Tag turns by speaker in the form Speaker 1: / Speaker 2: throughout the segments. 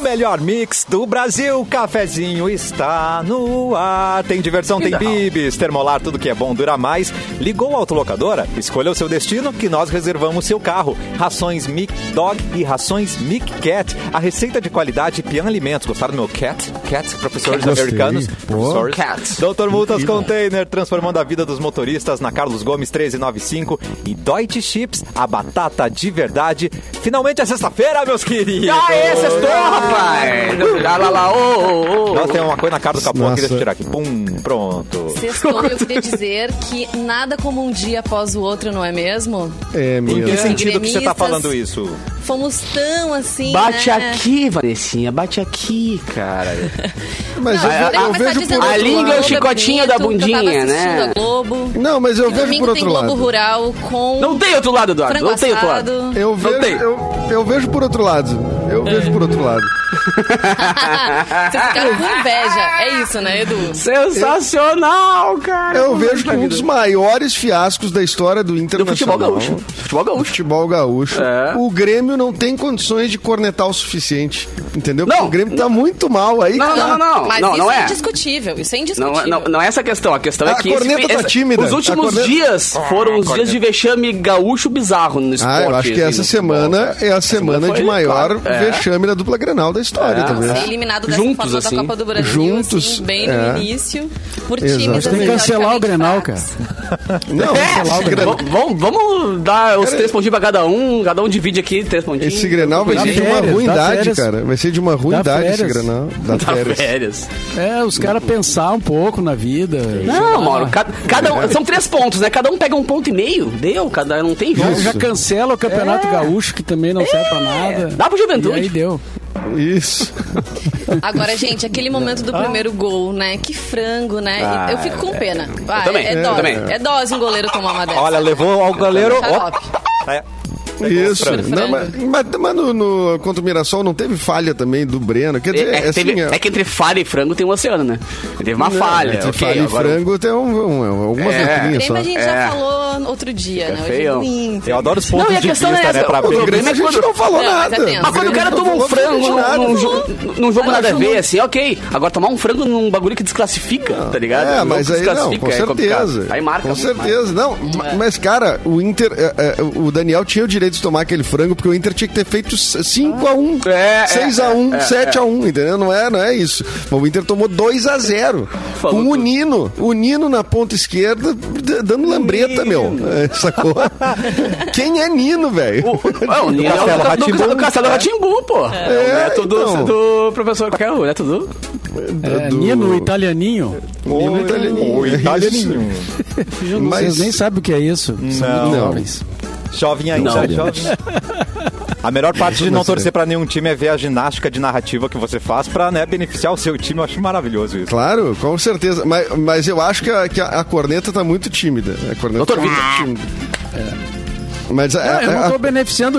Speaker 1: melhor mix do Brasil. Cafezinho está no ar. Tem diversão, tem bibis, termolar, tudo que é bom dura mais. Ligou a autolocadora? Escolha o seu destino que nós reservamos seu carro. Rações Mic Dog e rações Mic Cat. A receita de qualidade Pian Alimentos. Gostaram do meu cat? Cat, professores
Speaker 2: Gostei.
Speaker 1: americanos.
Speaker 2: Pô.
Speaker 1: Professores.
Speaker 3: Cat.
Speaker 1: Doutor Multas
Speaker 2: Incrível.
Speaker 1: Container, transformando a vida dos motoristas na Carlos Gomes 1395 e Deutsche Chips, a batata de verdade. Finalmente é sexta-feira, meus queridos!
Speaker 3: Ah, é, sextou, rapaz! Lá, lá, lá, ô, ô, ô.
Speaker 1: Nossa, tem uma coisa na cara do capô aqui,
Speaker 2: Nossa.
Speaker 1: deixa eu tirar aqui. Pum, pronto.
Speaker 4: Sextou, eu queria dizer que nada como um dia após o outro, não é mesmo?
Speaker 2: É,
Speaker 1: Em
Speaker 2: meu.
Speaker 1: que sentido que você tá
Speaker 4: Gremistas.
Speaker 1: falando isso?
Speaker 4: Fomos tão assim,
Speaker 3: Bate
Speaker 4: né?
Speaker 3: aqui, Vanessinha, bate aqui, cara.
Speaker 2: Mas
Speaker 4: Não,
Speaker 2: eu,
Speaker 4: eu,
Speaker 2: ve- eu vejo por
Speaker 4: outro
Speaker 3: A língua é o
Speaker 4: lado,
Speaker 3: chicotinho
Speaker 4: é
Speaker 3: da
Speaker 4: bonito, que eu tava
Speaker 3: bundinha,
Speaker 4: assistindo
Speaker 3: né?
Speaker 4: a Globo. é
Speaker 2: Não, mas eu vejo
Speaker 4: Domingo
Speaker 2: por outro
Speaker 4: tem Globo
Speaker 2: lado.
Speaker 4: Rural com
Speaker 3: Não tem outro lado, Eduardo,
Speaker 4: frango
Speaker 3: não tem outro lado.
Speaker 4: assado.
Speaker 2: Eu vejo,
Speaker 3: tem.
Speaker 2: eu, eu vejo por outro lado. Eu vejo por outro lado.
Speaker 4: Vocês ficaram tá com inveja. É isso, né, Edu?
Speaker 3: Sensacional, cara.
Speaker 2: Eu vejo que um dos maiores fiascos da história do
Speaker 3: Do
Speaker 2: Internacional.
Speaker 3: futebol gaúcho. Futebol gaúcho.
Speaker 2: Futebol gaúcho.
Speaker 3: É.
Speaker 2: O Grêmio não tem condições de cornetar o suficiente. Entendeu? Porque
Speaker 3: Não.
Speaker 2: o Grêmio tá muito mal aí.
Speaker 3: Não, não, não, não.
Speaker 4: Mas
Speaker 3: não,
Speaker 4: isso
Speaker 3: não
Speaker 4: é
Speaker 3: é.
Speaker 4: indiscutível. Isso é
Speaker 3: Não,
Speaker 4: indiscutível.
Speaker 3: é- não, não é essa a questão. A questão é
Speaker 2: A
Speaker 3: que
Speaker 2: corneta tá tímida.
Speaker 3: os
Speaker 2: A
Speaker 3: últimos
Speaker 2: corneta-
Speaker 3: dias foram os dias de vexame gaúcho bizarro no esporte.
Speaker 2: Ah, eu acho que
Speaker 3: assim,
Speaker 2: essa
Speaker 3: no
Speaker 2: semana
Speaker 3: futebol,
Speaker 2: é a
Speaker 3: semana
Speaker 2: semana de
Speaker 3: foi,
Speaker 2: maior
Speaker 3: claro, é.
Speaker 2: vexame da dupla Grenal da história,
Speaker 3: É.
Speaker 2: talvez.
Speaker 4: Ser eliminado dessa
Speaker 3: Juntos,
Speaker 4: forma
Speaker 3: assim.
Speaker 4: da Copa do Brasil,
Speaker 2: Juntos,
Speaker 4: assim, bem no
Speaker 2: é.
Speaker 4: início, por
Speaker 2: Exato.
Speaker 4: times
Speaker 2: Tem que
Speaker 4: assim,
Speaker 5: cancelar o
Speaker 4: teoricamente
Speaker 5: Grenal,
Speaker 4: fracos.
Speaker 2: Não, sei lá, o é.
Speaker 3: cara.
Speaker 2: Grenal-
Speaker 3: É. Vamos- Vamos, vamos dar os três pontinhos pra cada um. Cada um divide aqui três pontinhos.
Speaker 2: Esse Grenal vai
Speaker 5: Dá
Speaker 2: ser de uma
Speaker 5: férias, dá
Speaker 2: ruindade,
Speaker 5: férias.
Speaker 2: cara. Vai ser de uma ruindade esse
Speaker 5: férias.
Speaker 2: Grenal. Da
Speaker 3: Tá
Speaker 2: férias.
Speaker 3: férias.
Speaker 5: É, os caras pensar um pouco na vida.
Speaker 3: Não, Mauro. Cada, cada um, são três pontos, né? Cada um pega um ponto e meio. Deu, cada não tem
Speaker 5: Já,
Speaker 3: jogo.
Speaker 5: já cancela o Campeonato
Speaker 3: É.
Speaker 5: Gaúcho, que também não serve É, pra nada.
Speaker 3: Dá pro
Speaker 5: E
Speaker 3: Juventude.
Speaker 5: aí deu.
Speaker 2: Isso.
Speaker 3: Tá
Speaker 4: Agora, gente, aquele momento do primeiro gol, né? Que frango, né?
Speaker 3: Ah,
Speaker 4: eu fico com pena. Ah,
Speaker 3: também,
Speaker 4: É,
Speaker 3: eu
Speaker 4: dose,
Speaker 3: também.
Speaker 4: É dose um goleiro tomar uma dessa. Tá
Speaker 1: Olha, levou ao goleiro. ó.
Speaker 4: Xarope.
Speaker 1: É.
Speaker 2: Isso.
Speaker 1: Frango.
Speaker 2: Não, mas mas, mas no, no- contra o Mirassol não teve falha também do Breno. Quer
Speaker 3: É,
Speaker 2: dizer,
Speaker 3: é que
Speaker 2: assim,
Speaker 3: teve-
Speaker 2: é-
Speaker 3: é que entre falha e frango tem um oceano, né? Teve uma
Speaker 2: Não,
Speaker 3: falha.
Speaker 2: entre
Speaker 3: ok,
Speaker 2: falha e
Speaker 3: agora-
Speaker 2: frango tem um, um- algumas
Speaker 3: É.
Speaker 2: letrinhas
Speaker 4: Lembra,
Speaker 2: só.
Speaker 4: a gente
Speaker 3: É.
Speaker 4: já falou outro dia, né? Hoje é
Speaker 3: feião.
Speaker 4: ruim.
Speaker 1: Eu adoro os pontos
Speaker 3: Não, e a
Speaker 1: de vista,
Speaker 3: questão é essa,
Speaker 1: né? Pra
Speaker 3: o
Speaker 1: ver.
Speaker 2: O
Speaker 3: Grêmio
Speaker 2: Grêmio a
Speaker 3: é
Speaker 2: gente
Speaker 3: quando-
Speaker 2: não falou
Speaker 4: Não, mas
Speaker 2: nada.
Speaker 4: é tenso.
Speaker 3: Mas quando o cara
Speaker 2: Não
Speaker 3: toma um
Speaker 2: falou
Speaker 3: frango
Speaker 2: absolutamente
Speaker 3: num,
Speaker 2: nada.
Speaker 3: num jo- num jogo
Speaker 4: Ah,
Speaker 3: nada a
Speaker 4: não,
Speaker 3: ver,
Speaker 4: não.
Speaker 3: assim, ok. Agora tomar um frango num bagulho que desclassifica, tá ligado? Um
Speaker 2: É,
Speaker 3: jogo
Speaker 2: mas
Speaker 3: que
Speaker 2: aí não,
Speaker 3: desclassifica,
Speaker 2: com
Speaker 3: é complicado.
Speaker 2: certeza.
Speaker 3: Aí marca.
Speaker 2: Com
Speaker 3: muito mais. né? É.
Speaker 2: certeza. Não, ma- mas cara, o Inter, é, é, o Daniel tinha o direito de tomar aquele frango porque o Inter tinha que ter feito 5x1,
Speaker 3: É, é,
Speaker 2: 6x1, 7x1, entendeu? Não é, não é isso. Mas o Inter tomou 2x0
Speaker 3: Falou
Speaker 2: com o
Speaker 3: tudo.
Speaker 2: Nino, o Nino na ponta esquerda d- dando lambreta, meu. É, Sacou? Quem é Nino, velho?
Speaker 3: O- ah, o Nino é o
Speaker 1: Castelo
Speaker 3: do- do-
Speaker 1: Rá-Tim-Bum.
Speaker 3: do Castelo Ratimbu, pô. É o neto do,
Speaker 2: então.
Speaker 3: do professor Carro, neto do.
Speaker 5: É, Nino, italianinho.
Speaker 2: Nino italianinho.
Speaker 1: O
Speaker 2: É isso.
Speaker 1: italianinho.
Speaker 2: Mas-
Speaker 5: Vocês nem sabem o que é isso. São
Speaker 1: Não.
Speaker 5: muito jovens.
Speaker 1: Jovem ainda,
Speaker 3: Não.
Speaker 1: jovem. A melhor parte de não torcer pra nenhum time é ver a ginástica de narrativa que você faz pra né, beneficiar o seu time. Eu acho maravilhoso isso.
Speaker 2: Claro, com certeza. Mas, mas eu acho que a, que a- a corneta tá muito tímida. A corneta
Speaker 3: Doutor
Speaker 2: tá muito tímida. É. Mas a-
Speaker 5: Não, Ah, eu
Speaker 2: a-
Speaker 5: não
Speaker 2: a-
Speaker 5: tô beneficiando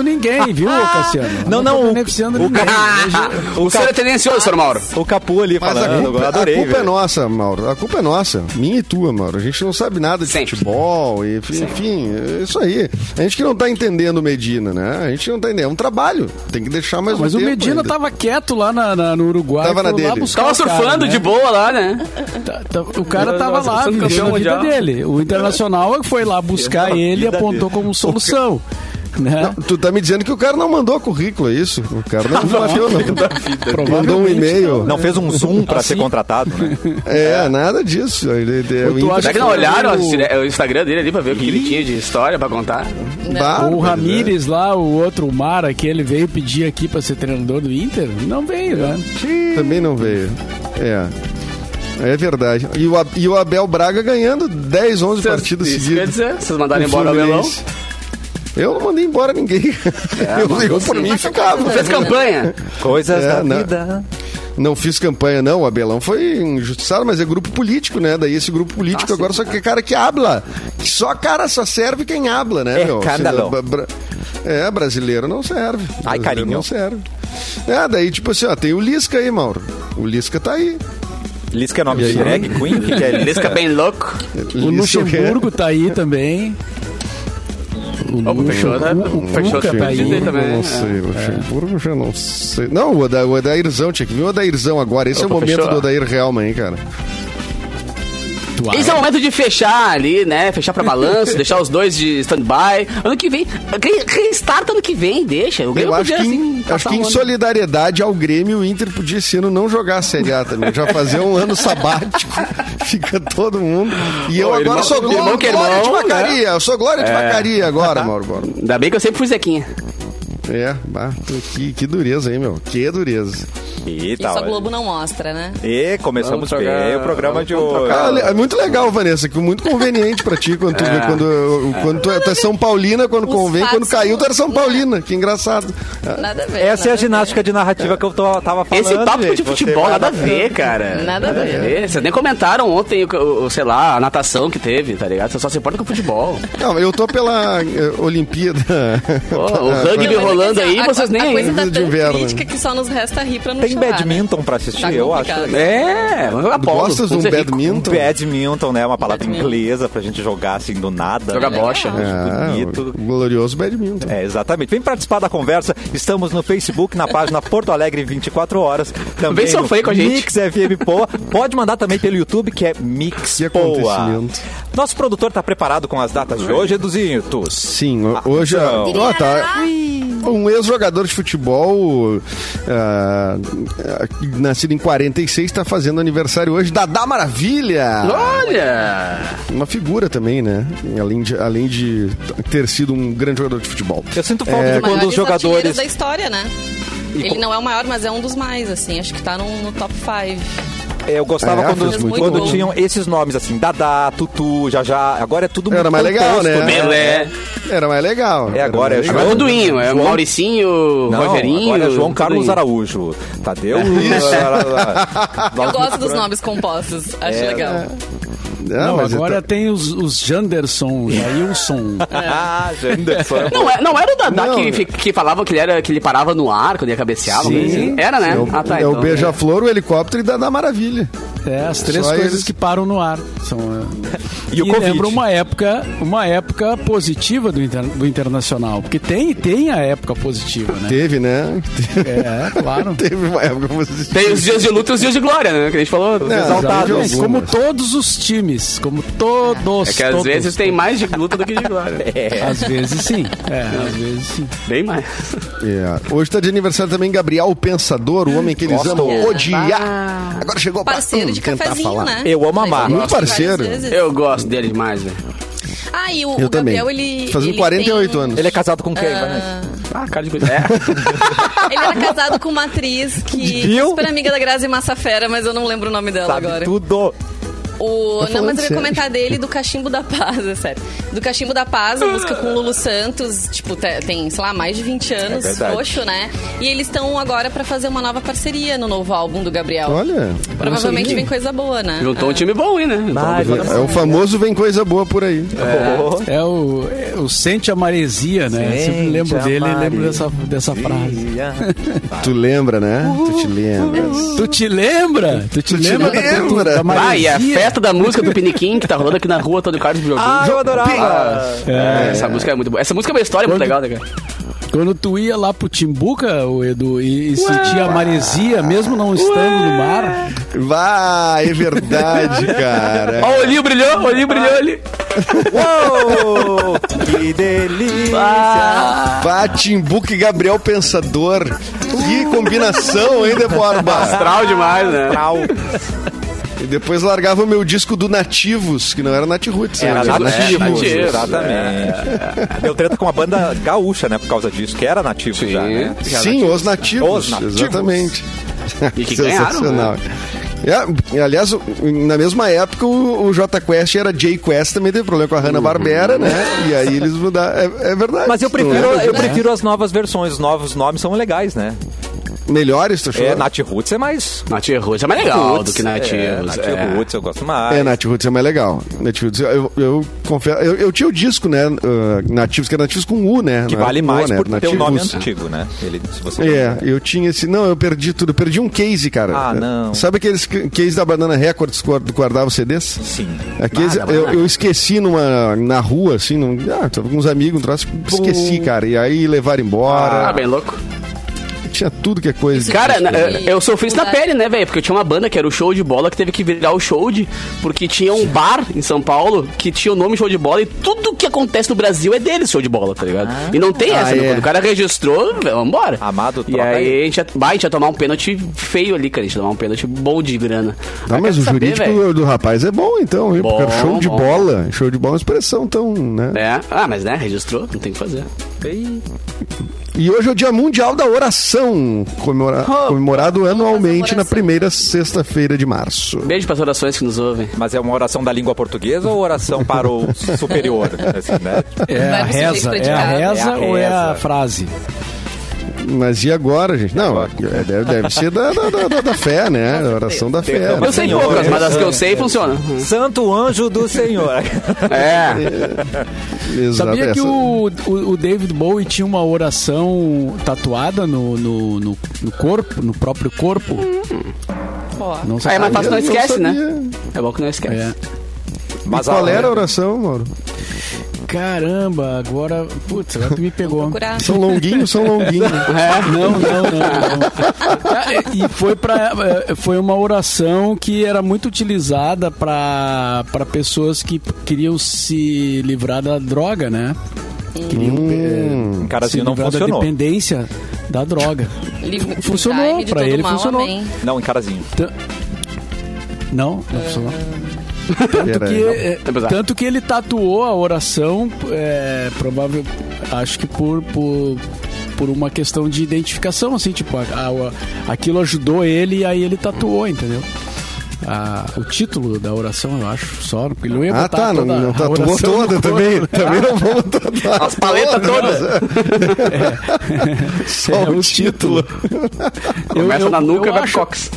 Speaker 5: ninguém, viu, Cassiano? Eu
Speaker 1: Não,
Speaker 5: tô
Speaker 1: não, o-
Speaker 5: beneficiando
Speaker 1: o
Speaker 5: ninguém.
Speaker 3: Ah, O,
Speaker 1: O,
Speaker 3: senhor é
Speaker 1: Cap-
Speaker 3: tendencioso, senhor Mauro.
Speaker 1: o Capu ali
Speaker 2: mas a
Speaker 1: falando.
Speaker 2: culpa, a
Speaker 1: adorei,
Speaker 2: culpa é
Speaker 1: velho.
Speaker 2: nossa, Mauro. A culpa é nossa. Minha e tua, Mauro. A gente não sabe nada de
Speaker 3: Sempre.
Speaker 2: futebol, e, enfim, enfim, é isso aí. A gente que não tá entendendo o Medina, né? A gente não tá entendendo. É um trabalho. Tem que deixar mais um
Speaker 5: Mas o
Speaker 2: tempo
Speaker 5: Medina tá-
Speaker 2: ainda.
Speaker 5: tava quieto lá na- na- no Uruguai.
Speaker 2: Tava na
Speaker 5: foram lá
Speaker 2: dele.
Speaker 5: buscar
Speaker 3: Tava
Speaker 5: o cara,
Speaker 3: surfando
Speaker 5: né?
Speaker 3: de boa lá, né?
Speaker 5: Tá- tá- o cara
Speaker 3: Nossa,
Speaker 5: tava lá,
Speaker 3: sendo campeão
Speaker 5: vivendo a vida
Speaker 3: mundial.
Speaker 5: dele. O Internacional foi lá buscar
Speaker 1: Vivendo a
Speaker 5: ele e
Speaker 1: vida
Speaker 5: apontou
Speaker 1: dele.
Speaker 5: como solução. Né?
Speaker 2: Não, tu tá me dizendo que o cara não mandou currículo, é isso? O cara não bateu, não. Mandou um
Speaker 5: Provavelmente
Speaker 2: e-mail.
Speaker 1: Não fez um zoom
Speaker 2: Ah,
Speaker 1: pra
Speaker 5: Assim.
Speaker 1: ser contratado, né?
Speaker 2: É, nada disso. Ele, ele, é um
Speaker 5: Ou tu
Speaker 2: o Inter-
Speaker 5: acha
Speaker 3: Será que não
Speaker 5: que
Speaker 3: olharam
Speaker 5: o-
Speaker 3: as- o Instagram dele ali pra ver o que ele tinha de história pra contar?
Speaker 4: né?
Speaker 2: Bárbaro,
Speaker 5: o Ramires lá, o outro o Mara, que ele veio pedir aqui pra ser treinador do Inter, não veio, né?
Speaker 2: né? Também não veio. É. É verdade. E o, Ab- e o Abel Braga ganhando 10, 11
Speaker 3: Vocês-
Speaker 2: partidas
Speaker 3: isso Quer
Speaker 2: seguidas.
Speaker 3: dizer, vocês
Speaker 2: com
Speaker 3: mandaram embora o Abelão?
Speaker 2: Fluminense. Eu não mandei embora ninguém. eu, eu por mim
Speaker 4: Mas são
Speaker 2: ficava.
Speaker 4: coisas
Speaker 3: Fez campanha. né?
Speaker 1: Coisas
Speaker 2: É,
Speaker 1: da
Speaker 2: não.
Speaker 1: vida.
Speaker 2: Não fiz campanha, não. O Abelão foi injustiçado, mas é grupo político, né? Daí esse grupo político
Speaker 3: Nossa,
Speaker 2: agora só que é cara que habla. Que só cara só serve quem habla, né,
Speaker 1: É
Speaker 2: meu?
Speaker 1: escândalo.
Speaker 2: Bra- bra- É, brasileiro não serve.
Speaker 1: Ai,
Speaker 2: Brasileiro
Speaker 1: carinho.
Speaker 2: Não serve. É, daí tipo assim, ó, tem o Lisca aí, Mauro. O Lisca tá aí.
Speaker 1: Lisca é nome
Speaker 2: E
Speaker 1: de
Speaker 2: aí?
Speaker 1: drag queen? O que, que é
Speaker 3: Lisca
Speaker 1: Lisca?
Speaker 3: bem louco.
Speaker 5: O
Speaker 2: Lisca é-
Speaker 5: Luxemburgo tá aí também.
Speaker 2: O
Speaker 6: Opa, fechou, né? Fechou
Speaker 5: Cuca
Speaker 6: o time
Speaker 5: tá
Speaker 6: de
Speaker 5: aí.
Speaker 6: direita também.
Speaker 3: né?
Speaker 6: né? É.
Speaker 2: Não sei, Luxemburgo já não sei. Não, o Oda- o Odairzão, tinha que ver o Odairzão agora. Esse é o
Speaker 6: Opa,
Speaker 2: momento
Speaker 6: fechou.
Speaker 2: do Odair Helman, hein, cara.
Speaker 5: Tu
Speaker 3: Esse é o momento de fechar ali, né? Fechar pra balanço, deixar os dois de stand-by. Ano que vem. re- Restarta ano que vem, deixa. O Grêmio
Speaker 2: Eu acho
Speaker 3: podia,
Speaker 2: que, em,
Speaker 3: assim,
Speaker 2: acho
Speaker 3: passar
Speaker 2: que em
Speaker 3: um
Speaker 6: né?
Speaker 3: ano.
Speaker 2: solidariedade ao Grêmio, o Inter podia esse ano não jogar a Série A também. Já fazer um ano sabático, fica todo mundo. E eu
Speaker 6: Ô, irmão-
Speaker 2: agora sou glória,
Speaker 6: irmão que é
Speaker 2: glória de
Speaker 6: irmão, né?
Speaker 2: vacaria. Eu sou glória de vacaria agora, Mauro Borba.
Speaker 3: Ainda bem que eu sempre fui Zequinha.
Speaker 2: É, bah, que, que dureza, hein, meu? Que dureza.
Speaker 1: Eita,
Speaker 4: Isso a
Speaker 1: Tá, olha.
Speaker 4: Globo não mostra, né?
Speaker 1: E
Speaker 6: Vamos
Speaker 1: começamos
Speaker 6: trocar-
Speaker 1: bem o programa de hoje.
Speaker 2: Ah, é muito legal, Vanessa, que muito conveniente pra ti quando tu, vê- quando, quando tu, é, tu é São Paulina, quando
Speaker 4: Os
Speaker 2: convém, quando
Speaker 4: fatos
Speaker 2: caiu, tu era São
Speaker 4: não-
Speaker 2: Paulina, que engraçado.
Speaker 4: Nada a
Speaker 1: Essa
Speaker 4: ver.
Speaker 1: é
Speaker 4: nada
Speaker 1: a
Speaker 4: ver.
Speaker 1: ginástica de narrativa que eu tô- tava falando.
Speaker 3: Esse papo
Speaker 1: gente.
Speaker 3: de
Speaker 1: Você
Speaker 3: futebol,
Speaker 1: vai-
Speaker 3: nada a ver, cara.
Speaker 4: Nada a ver.
Speaker 3: Vocês nem comentaram ontem, o- o, o- sei lá, a natação que teve, tá ligado? Você só se importa com o futebol.
Speaker 2: Não, eu tô pela eh, Olimpíada.
Speaker 3: Pô, o rugby
Speaker 4: Não, mas é que,
Speaker 3: rolando
Speaker 4: assim,
Speaker 3: aí,
Speaker 4: a-
Speaker 3: vocês
Speaker 4: A
Speaker 3: nem.
Speaker 4: coisa tá
Speaker 2: De
Speaker 4: tão
Speaker 2: inverno.
Speaker 4: crítica que só nos resta rir pra não
Speaker 1: Tem
Speaker 4: chorar,
Speaker 1: badminton
Speaker 4: né?
Speaker 1: pra assistir,
Speaker 4: Tá
Speaker 1: eu acho. É
Speaker 4: complicado.
Speaker 3: É, vamos jogar polo.
Speaker 2: Gostas de um
Speaker 3: vamos ser é rico.
Speaker 2: badminton?
Speaker 1: Badminton, né? Uma palavra
Speaker 4: Badminton.
Speaker 1: inglesa pra gente jogar assim do nada.
Speaker 3: Jogar
Speaker 1: né?
Speaker 3: bocha.
Speaker 2: Ah,
Speaker 1: Bonito.
Speaker 2: o glorioso badminton.
Speaker 1: É, exatamente. Vem participar da conversa. Estamos no Facebook, na página Porto Alegre 24 horas. Também
Speaker 3: Vem sofrer
Speaker 1: no
Speaker 3: com a gente.
Speaker 1: Mix FM Poa. Pode mandar também pelo YouTube, que é Mix
Speaker 2: Que
Speaker 1: Poa.
Speaker 2: acontecimento.
Speaker 1: Nosso produtor tá preparado com as datas de hoje, Eduzinho? Tus.
Speaker 2: Sim, ho- hoje. a-
Speaker 1: Atenção.
Speaker 2: Ó, tá. Um ex-jogador de futebol ah, ah, nascido em 46 está tá fazendo aniversário hoje. Dadá Maravilha!
Speaker 3: Olha!
Speaker 2: Uma figura também, né? Além de, além de ter sido um grande jogador de futebol.
Speaker 1: Eu sinto falta
Speaker 2: É,
Speaker 1: de quando os
Speaker 4: Maiores artilheiros
Speaker 1: jogadores.
Speaker 4: da história, né? Ele não é o maior, mas é um dos mais, assim. Acho que tá no, no top 5.
Speaker 1: Eu gostava
Speaker 2: É,
Speaker 1: quando,
Speaker 2: fez
Speaker 4: muito
Speaker 1: quando
Speaker 4: gol.
Speaker 1: tinham esses nomes assim, Dadá, Tutu, Jajá. Agora é tudo É.
Speaker 2: Era mais
Speaker 1: tão
Speaker 2: legal, né?
Speaker 3: Pelé.
Speaker 2: Era mais legal.
Speaker 1: É, agora
Speaker 2: Era mais
Speaker 1: é
Speaker 3: Agora é
Speaker 2: legal.
Speaker 3: o Duinho, é o Mauricinho,
Speaker 1: Não,
Speaker 3: Rogerinho.
Speaker 1: agora é João
Speaker 3: tudo
Speaker 1: Carlos
Speaker 3: isso.
Speaker 1: Araújo. Tadeu.
Speaker 4: Eu gosto dos nomes compostos. Acho legal.
Speaker 2: Ah,
Speaker 5: Não,
Speaker 2: mas
Speaker 5: agora
Speaker 2: então-
Speaker 5: tem os, os Janderson, Jailson.
Speaker 1: Ah, Janderson.
Speaker 3: Não, é- não era o Dadá
Speaker 2: Não.
Speaker 3: que, fi- que falava que ele, era, que ele parava no ar quando ele cabeceava?
Speaker 2: Sim.
Speaker 3: alguma coisa assim? Era, né?
Speaker 2: É o,
Speaker 3: ah, tá,
Speaker 2: é o
Speaker 3: então.
Speaker 2: beija-flor, o helicóptero e Dadá Maravilha.
Speaker 5: É, as três
Speaker 2: Só
Speaker 5: coisas
Speaker 2: eles.
Speaker 5: que param no ar. São, é.
Speaker 1: E o Covid.
Speaker 5: lembra uma época, uma época positiva do, inter- do Internacional. Porque tem, tem a época positiva, né?
Speaker 2: Teve, né?
Speaker 5: É, claro.
Speaker 2: Teve uma época que você-
Speaker 3: Tem os dias de luta e os dias de glória, né? Que a gente falou.
Speaker 2: Não,
Speaker 1: exaltados.
Speaker 2: exatamente.
Speaker 5: Mas como todos os times, como todos.
Speaker 3: É que às
Speaker 5: todos.
Speaker 3: vezes tem mais de luta do que de glória.
Speaker 5: Às vezes sim. É, às vezes sim.
Speaker 3: Bem mais.
Speaker 2: É. Hoje tá de aniversário também Gabriel o Pensador, o homem que eles
Speaker 1: Gosto.
Speaker 2: amam
Speaker 1: É.
Speaker 2: odiar. Agora chegou pra
Speaker 4: Parceiro
Speaker 2: hum,
Speaker 4: de
Speaker 2: tentar
Speaker 4: cafezinho,
Speaker 2: falar.
Speaker 4: né?
Speaker 1: Eu amo amar.
Speaker 4: Mas
Speaker 2: Muito
Speaker 4: gosto
Speaker 2: parceiro.
Speaker 4: várias vezes.
Speaker 3: Eu gosto dele demais, velho.
Speaker 4: Ah, e o,
Speaker 2: Eu
Speaker 4: o
Speaker 2: também.
Speaker 4: Gabriel, ele...
Speaker 2: Fazendo
Speaker 4: ele
Speaker 2: 48
Speaker 4: tem-
Speaker 2: anos.
Speaker 1: Ele é casado com quem, Vanessa?
Speaker 4: Ah,
Speaker 3: Ah, cara de coisa. É.
Speaker 4: ele era casado com uma atriz que é
Speaker 1: Viu?
Speaker 4: super amiga da Grazi Massafera, mas eu não lembro o nome dela
Speaker 1: Sabe
Speaker 4: agora.
Speaker 1: tudo.
Speaker 2: Tá
Speaker 4: O, não,
Speaker 2: falando
Speaker 4: mas eu ia
Speaker 2: sério.
Speaker 4: comentar dele do Cachimbo da Paz, é sério. Do Cachimbo da Paz, a música com o Lulu Santos, tipo, te- tem, sei lá, mais de 20 anos,
Speaker 1: É verdade.
Speaker 4: roxo, né? E eles estão agora pra fazer uma nova parceria no novo álbum do Gabriel.
Speaker 2: Olha,
Speaker 4: é Provavelmente vem coisa boa, né?
Speaker 3: Juntou um time bom aí, né? Juntou
Speaker 1: Vai,
Speaker 3: um time
Speaker 1: vai.
Speaker 3: bom.
Speaker 2: é o famoso vem coisa boa por aí.
Speaker 1: Oh,
Speaker 5: É o, é o Sente a Maresia, né? Eu sempre lembro
Speaker 1: Sente a
Speaker 5: dele e lembro
Speaker 1: maresia.
Speaker 5: dessa, dessa frase.
Speaker 2: Tu lembra, né? Tu te lembra.
Speaker 5: Tu te lembra? Tu te lembra, da-
Speaker 2: lembra?
Speaker 5: da, da
Speaker 3: Vai, é a festa
Speaker 5: maresia?
Speaker 3: da música do Piniquim que tá rolando aqui na rua todo Carlos Joguinho.
Speaker 1: Ah, eu adorava.
Speaker 3: É, Essa música é muito boa. Essa música é uma história muito legal,
Speaker 5: Quando-
Speaker 3: né, cara?
Speaker 5: Quando tu ia lá pro Timbuca, o Edu, e, e sentia a maresia, mesmo não estando no mar,
Speaker 2: Vai, é verdade, cara.
Speaker 3: Ó, o olhinho brilhou, o olhinho brilhou
Speaker 1: Ah.
Speaker 3: ali.
Speaker 1: Uou, Oh, que delícia.
Speaker 3: Ah,
Speaker 2: Patimbuque Gabriel Pensador. Que combinação, hein, de Borba?
Speaker 3: Astral demais, né?
Speaker 1: Trau.
Speaker 2: E depois largava o meu disco do Nativos, que não era Natiruts.
Speaker 1: Era
Speaker 2: né?
Speaker 1: nativo.
Speaker 3: nativo, É.
Speaker 1: exatamente. Deu treta com uma banda gaúcha, né? Por causa disso, que era nativo já, né?
Speaker 2: Sim, os nativos.
Speaker 1: Os nativos.
Speaker 2: Exatamente.
Speaker 3: E que ganharam, né?
Speaker 2: É, e, aliás, o- na mesma época o, o J Quest era J Quest, também teve problema com a Hanna-Barbera,
Speaker 3: Uhum.
Speaker 2: né? E aí eles mudaram. É, é verdade.
Speaker 1: Mas eu prefiro,
Speaker 2: Não é?
Speaker 1: eu prefiro as novas versões, os novos nomes são legais, né?
Speaker 2: Melhores, tu achou?
Speaker 1: É, Nath Roots é mais.
Speaker 3: Nath Roots é mais
Speaker 2: Ah,
Speaker 3: legal do que Nath
Speaker 1: é,
Speaker 3: Roots.
Speaker 1: Nath
Speaker 3: é.
Speaker 1: Roots, eu gosto mais.
Speaker 2: É, Nath Roots é mais legal. Nath Roots, eu, eu confesso. Eu, eu tinha o disco, né? ah, nativos, que era Nativos com U, né?
Speaker 1: que
Speaker 2: não era
Speaker 1: vale
Speaker 2: com O,
Speaker 1: mais
Speaker 2: né?
Speaker 1: por ter o
Speaker 2: Nativos.
Speaker 1: nome antigo, né? Ele, se você
Speaker 2: É, eu tinha esse. Não, eu perdi tudo. Eu perdi um case, cara.
Speaker 1: Ah, não.
Speaker 2: Sabe aqueles ca- case da Banana Records que guardava os CDs?
Speaker 1: Sim.
Speaker 2: Aqueles,
Speaker 3: Ah, da
Speaker 2: eu,
Speaker 3: Banana.
Speaker 2: eu esqueci numa, na rua, assim, num, ah, tava com uns amigos, um troço, esqueci, cara. E aí levaram embora.
Speaker 3: Ah, bem louco.
Speaker 2: tinha tudo que é coisa.
Speaker 3: Cara, na- eh,
Speaker 4: que
Speaker 3: eu sofri isso na
Speaker 4: mudar.
Speaker 3: pele, né, velho? Porque eu tinha uma banda que era o Show de Bola que teve que virar o Show de... Porque tinha um bar em São Paulo que tinha o nome Show de Bola e tudo que acontece no Brasil é deles, Show de Bola, tá ligado? e não tem
Speaker 2: Ah,
Speaker 3: essa, né?
Speaker 2: é.
Speaker 3: Quando o cara registrou, véio, vambora.
Speaker 1: Amado,
Speaker 3: E
Speaker 1: troca
Speaker 3: aí
Speaker 1: aí.
Speaker 3: a gente, ia, bah, a gente ia tomar um pênalti feio ali, cara. A gente ia tomar um pênalti bom de grana.
Speaker 2: Não, Ah, mas
Speaker 3: quero
Speaker 2: o
Speaker 3: saber,
Speaker 2: jurídico
Speaker 3: véi.
Speaker 2: do rapaz é bom, então. viu? Porque
Speaker 3: Bom,
Speaker 2: show de
Speaker 3: bom.
Speaker 2: bola. Show de bola é uma expressão tão, né?
Speaker 3: É. Ah, mas né, registrou, não tem o que fazer.
Speaker 2: E hoje é o Dia Mundial da Oração, comemora- comemorado anualmente na
Speaker 4: oração.
Speaker 2: primeira sexta-feira de março.
Speaker 3: Beijo pras orações que nos ouvem.
Speaker 1: Mas é uma oração da língua portuguesa ou oração para o superior? Assim, né?
Speaker 5: É
Speaker 4: Vai
Speaker 5: a
Speaker 4: pro sujeito
Speaker 5: reza, é a
Speaker 4: predicado.
Speaker 5: reza
Speaker 1: É a
Speaker 5: ou é a
Speaker 1: reza.
Speaker 5: frase?
Speaker 2: Mas e agora, gente? Não, é, deve, deve ser da, da, da- da- da fé, né? A oração da fé.
Speaker 1: Tem
Speaker 2: né?
Speaker 3: Eu sei
Speaker 1: Senhor,
Speaker 3: poucas, mas
Speaker 1: é,
Speaker 3: as que eu sei funcionam.
Speaker 1: Santo anjo do Senhor.
Speaker 3: É.
Speaker 2: Exato,
Speaker 5: Sabia que
Speaker 2: essa-
Speaker 5: o, o, o David Bowie tinha uma oração tatuada no, no, no, no corpo, no próprio corpo?
Speaker 4: Ó,
Speaker 1: Ah,
Speaker 5: Não
Speaker 3: Aí é mais
Speaker 5: sabia.
Speaker 3: fácil não
Speaker 2: Eu não
Speaker 3: esquece, né?
Speaker 2: sabia.
Speaker 3: É bom que não esquece.
Speaker 5: É.
Speaker 1: Mas
Speaker 2: Qual
Speaker 1: a-
Speaker 2: era a oração, Mauro?
Speaker 5: Caramba, agora. Putz, agora tu me pegou.
Speaker 4: procurar.
Speaker 2: São longuinhos, são longuinhos.
Speaker 5: É, não, não, não. não. E foi para foi uma oração que era muito utilizada para para pessoas que queriam se livrar da droga, né? Queriam eh,
Speaker 1: Cara, assim,
Speaker 5: se
Speaker 1: não
Speaker 5: livrar
Speaker 1: funcionou.
Speaker 5: da dependência da droga.
Speaker 4: Livre-
Speaker 5: Funcionou,
Speaker 4: livrai-me de
Speaker 5: pra
Speaker 4: todo
Speaker 5: ele
Speaker 4: mal,
Speaker 5: funcionou.
Speaker 4: amém.
Speaker 1: Não, encarazinho.
Speaker 5: Tan- Então, Não, não funcionou. Tanto
Speaker 2: Pera
Speaker 5: que,
Speaker 2: aí, não.
Speaker 5: eh,
Speaker 3: É bizarro.
Speaker 5: tanto que ele tatuou a oração, é, provável, acho que por, por, por uma questão de identificação, assim, tipo, a- a- aquilo ajudou ele e aí ele tatuou, entendeu? Ah, o título da oração, eu acho, só, porque ele não ia
Speaker 2: Ah,
Speaker 5: botar
Speaker 2: tá, não,
Speaker 5: toda a
Speaker 2: não tatuou
Speaker 5: oração no é
Speaker 2: toda
Speaker 5: corpo.
Speaker 2: também. Também não vamos tatuar.
Speaker 3: As paletas todas.
Speaker 2: Só
Speaker 5: É,
Speaker 2: o
Speaker 5: o
Speaker 2: título.
Speaker 3: Começa na nuca e
Speaker 5: eu
Speaker 3: vai pro
Speaker 5: acho-
Speaker 3: cox.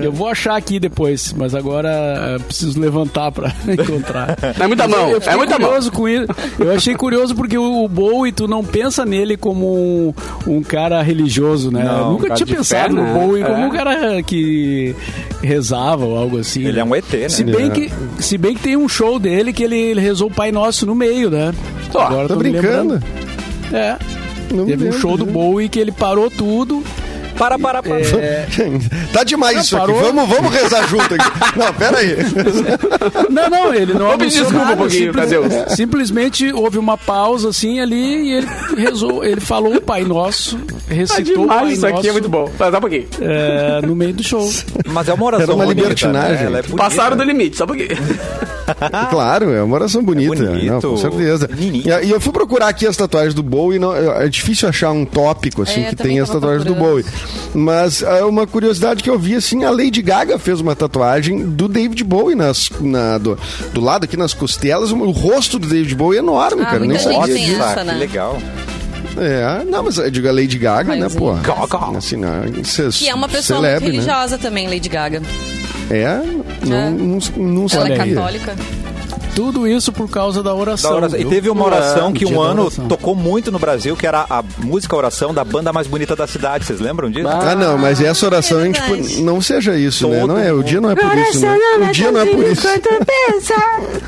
Speaker 5: Eu vou achar aqui depois, mas agora eh, preciso levantar pra encontrar.
Speaker 3: É muita
Speaker 5: Mas eu-
Speaker 3: mão,
Speaker 5: eu fiquei
Speaker 3: é muita mão.
Speaker 5: curioso com isso. Eu achei curioso porque o o Bowie, tu não pensa nele como um, um cara religioso, né?
Speaker 1: Não,
Speaker 5: eu
Speaker 1: um
Speaker 5: nunca
Speaker 1: cara
Speaker 5: tinha
Speaker 1: de
Speaker 3: fé,
Speaker 5: pensado no
Speaker 3: né?
Speaker 5: Bowie como
Speaker 3: É.
Speaker 5: um cara que rezava ou algo assim.
Speaker 1: Ele é um ET, né?
Speaker 5: Se
Speaker 2: É.
Speaker 5: bem, que, se bem que tem um show dele que ele, ele rezou o Pai Nosso no meio, né?
Speaker 3: Ó,
Speaker 2: Tá
Speaker 5: tô me
Speaker 2: brincando?
Speaker 5: lembrando. É.
Speaker 2: Não me
Speaker 5: Teve um
Speaker 2: lembro
Speaker 5: show do
Speaker 2: disso.
Speaker 5: Bowie que ele parou tudo.
Speaker 1: Para, para, para.
Speaker 2: Tá demais isso aqui.
Speaker 5: parou.
Speaker 2: Vamos, vamos rezar junto aqui. Não, pera aí.
Speaker 5: Não, não, ele não
Speaker 3: Vou pedir
Speaker 5: anunciou
Speaker 3: desculpa um
Speaker 5: nada,
Speaker 3: pouquinho pra Deus.
Speaker 5: Simplesmente houve uma pausa assim ali e ele rezou, ele falou o Pai Nosso,
Speaker 3: Tá
Speaker 5: recitou o Pai
Speaker 3: demais, isso aqui
Speaker 5: Nosso,
Speaker 3: é muito bom. Mas dá um pouquinho.
Speaker 5: é, no meio do show.
Speaker 1: Mas é uma oração
Speaker 2: Era uma
Speaker 1: bonita,
Speaker 2: libertinagem.
Speaker 1: né? Ela é bonita.
Speaker 3: Passaram do limite, só um pouquinho.
Speaker 2: Claro, é uma oração bonita.
Speaker 1: Ah. bonito.
Speaker 2: não, com certeza.
Speaker 1: Nini.
Speaker 2: E, e eu fui procurar aqui as tatuagens do Bowie. Não, é é difícil achar um tópico assim
Speaker 4: É,
Speaker 2: que
Speaker 4: eu também
Speaker 2: tem as
Speaker 4: tava
Speaker 2: tatuagens do Bowie.
Speaker 4: procurando.
Speaker 2: Mas é uma curiosidade que eu vi assim: a Lady Gaga fez uma tatuagem do David Bowie nas, na- do, do lado aqui nas costelas. O rosto do David Bowie é enorme,
Speaker 4: Ah,
Speaker 2: cara. eu Nem
Speaker 4: muita
Speaker 2: sabia
Speaker 4: gente
Speaker 1: Nossa,
Speaker 4: tem
Speaker 2: disso.
Speaker 4: essa,
Speaker 1: que
Speaker 4: né?
Speaker 1: legal.
Speaker 2: É, não, mas eu digo a Lady Gaga, né,
Speaker 4: Mas, é.
Speaker 2: pô?
Speaker 1: Gaga.
Speaker 2: Assim, não, cê-
Speaker 4: Que é uma pessoa
Speaker 2: celebre,
Speaker 4: muito
Speaker 2: né?
Speaker 4: religiosa também, Lady Gaga.
Speaker 2: É,
Speaker 4: É.
Speaker 2: não, não, não
Speaker 4: Ela é
Speaker 2: sabia.
Speaker 4: católica.
Speaker 5: Tudo isso por causa da oração.
Speaker 1: Da oração. E
Speaker 5: viu?
Speaker 1: teve uma oração
Speaker 5: É,
Speaker 1: que
Speaker 5: dia
Speaker 1: um
Speaker 5: da
Speaker 1: ano
Speaker 5: oração.
Speaker 1: tocou muito no Brasil, que era a música oração da banda mais bonita da cidade. Vocês lembram disso?
Speaker 2: Ah, não, mas essa oração,
Speaker 4: é
Speaker 2: hein, tipo,
Speaker 4: verdade.
Speaker 2: não seja isso, né?
Speaker 1: Todo
Speaker 2: Não é, o
Speaker 1: mundo.
Speaker 2: dia não é por isso, né? O
Speaker 4: tá
Speaker 2: dia não é por isso.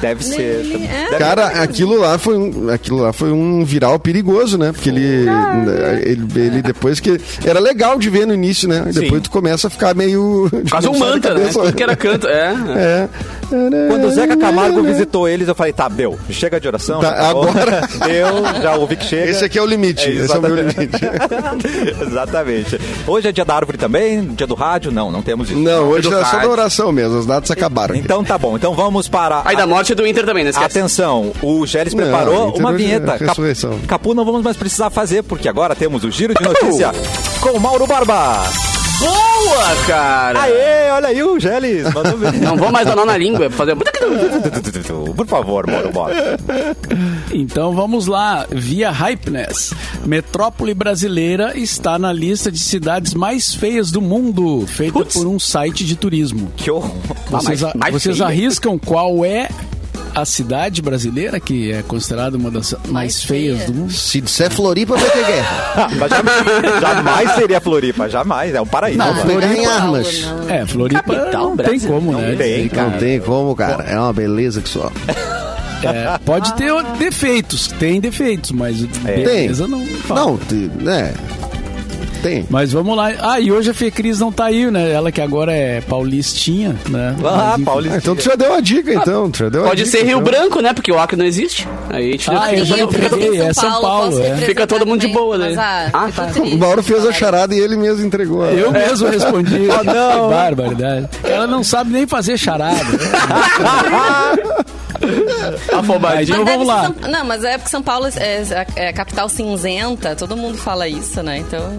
Speaker 1: Deve ser.
Speaker 4: Lili, é.
Speaker 1: Deve-
Speaker 2: Cara, aquilo lá foi um, aquilo lá foi um viral perigoso, né? Porque ele, ele, ele depois que era legal de ver no início, né?
Speaker 1: Sim.
Speaker 2: Depois tu começa a ficar meio
Speaker 3: Quase um
Speaker 2: não sai da
Speaker 3: manta, né?
Speaker 2: cabeça.
Speaker 3: Tudo que era canto. É.
Speaker 2: É.
Speaker 1: Quando o Zeca Camargo visitou eles, eu falei, tá, deu, chega de oração.
Speaker 2: Tá,
Speaker 1: já acabou.
Speaker 2: agora.
Speaker 1: Deu, já ouvi que chega.
Speaker 2: Esse aqui é o limite, esse é o meu limite.
Speaker 1: exatamente. Hoje é dia da árvore também, dia do rádio? Não, não temos isso.
Speaker 2: Não, hoje
Speaker 3: do
Speaker 2: é só da
Speaker 3: rádio.
Speaker 2: oração mesmo, as datas acabaram.
Speaker 1: Então tá bom, então vamos para...
Speaker 3: Aí da morte do Inter também, né? não
Speaker 1: Ah,
Speaker 3: esquece.
Speaker 1: Atenção, o Gélis
Speaker 2: Não,
Speaker 1: preparou
Speaker 2: Inter
Speaker 1: uma
Speaker 2: hoje é
Speaker 1: vinheta. Cap-
Speaker 2: ressurreição.
Speaker 1: Capu não vamos mais precisar fazer, porque agora temos o Giro de Notícia com Mauro Barba.
Speaker 3: Boa, cara!
Speaker 1: Aê, olha aí o Geles. Mandou bem.
Speaker 3: Não vou mais danar na língua, fazer.
Speaker 1: Por favor, Mauro Borba.
Speaker 5: Então vamos lá, via Hypeness. Metrópole brasileira está na lista de cidades mais feias do mundo, feita
Speaker 3: Putz.
Speaker 5: por um site de turismo.
Speaker 1: Que horror.
Speaker 5: Vocês,
Speaker 3: mas-
Speaker 5: a-
Speaker 3: mas
Speaker 5: vocês
Speaker 3: feia.
Speaker 5: arriscam qual é a cidade brasileira que é considerada uma das mais, feias
Speaker 4: feia.
Speaker 5: do mundo?
Speaker 2: Se disser Floripa, vai ter guerra.
Speaker 1: Mas jamais, jamais seria Floripa, jamais. É um paraíso.
Speaker 5: Tá.
Speaker 2: Não,
Speaker 1: mano.
Speaker 2: Floripa em
Speaker 4: Paulo,
Speaker 2: armas.
Speaker 4: não.
Speaker 5: É, Floripa
Speaker 3: Capital
Speaker 5: não tem
Speaker 3: brasileira.
Speaker 5: como,
Speaker 1: Não
Speaker 5: né?
Speaker 1: tem,
Speaker 5: dizer que-
Speaker 1: cara.
Speaker 2: Não tem como, cara. É uma beleza que só.
Speaker 5: É, pode ter defeitos, tem defeitos, mas beleza não. fala.
Speaker 2: Não, te- né? Tem.
Speaker 5: Mas vamos lá. Ah, e hoje a Fecris não tá aí, né? Ela que agora é paulistinha, né?
Speaker 1: Ah,
Speaker 5: Mas, enfim.
Speaker 2: Ah,
Speaker 1: Paulista.
Speaker 2: então tu já deu a dica,
Speaker 5: Ah,
Speaker 2: então. Tu já deu a
Speaker 3: Pode
Speaker 2: dica,
Speaker 3: ser Rio
Speaker 2: então.
Speaker 3: Branco, né? Porque o Acre não existe. Aí a gente
Speaker 5: Ah, eu já
Speaker 4: Sim, eu
Speaker 5: entreguei,
Speaker 4: fico em
Speaker 5: é São Paulo,
Speaker 4: posso
Speaker 5: é.
Speaker 4: representar
Speaker 3: Fica todo mundo de
Speaker 4: também,
Speaker 3: boa, né?
Speaker 4: mas, ah,
Speaker 3: Ah,
Speaker 4: fico
Speaker 3: tá.
Speaker 4: triste.
Speaker 2: O Mauro fez a charada e ele mesmo entregou.
Speaker 5: Eu mesmo respondi.
Speaker 1: Ah, não.
Speaker 5: Que barbaridade. Ela não sabe nem fazer charada.
Speaker 3: afobadinho.
Speaker 4: Mas deve
Speaker 5: Então vamos
Speaker 4: ser
Speaker 5: lá.
Speaker 4: São- Não, mas é porque São Paulo é, é a capital cinzenta, todo mundo fala isso, né? Então.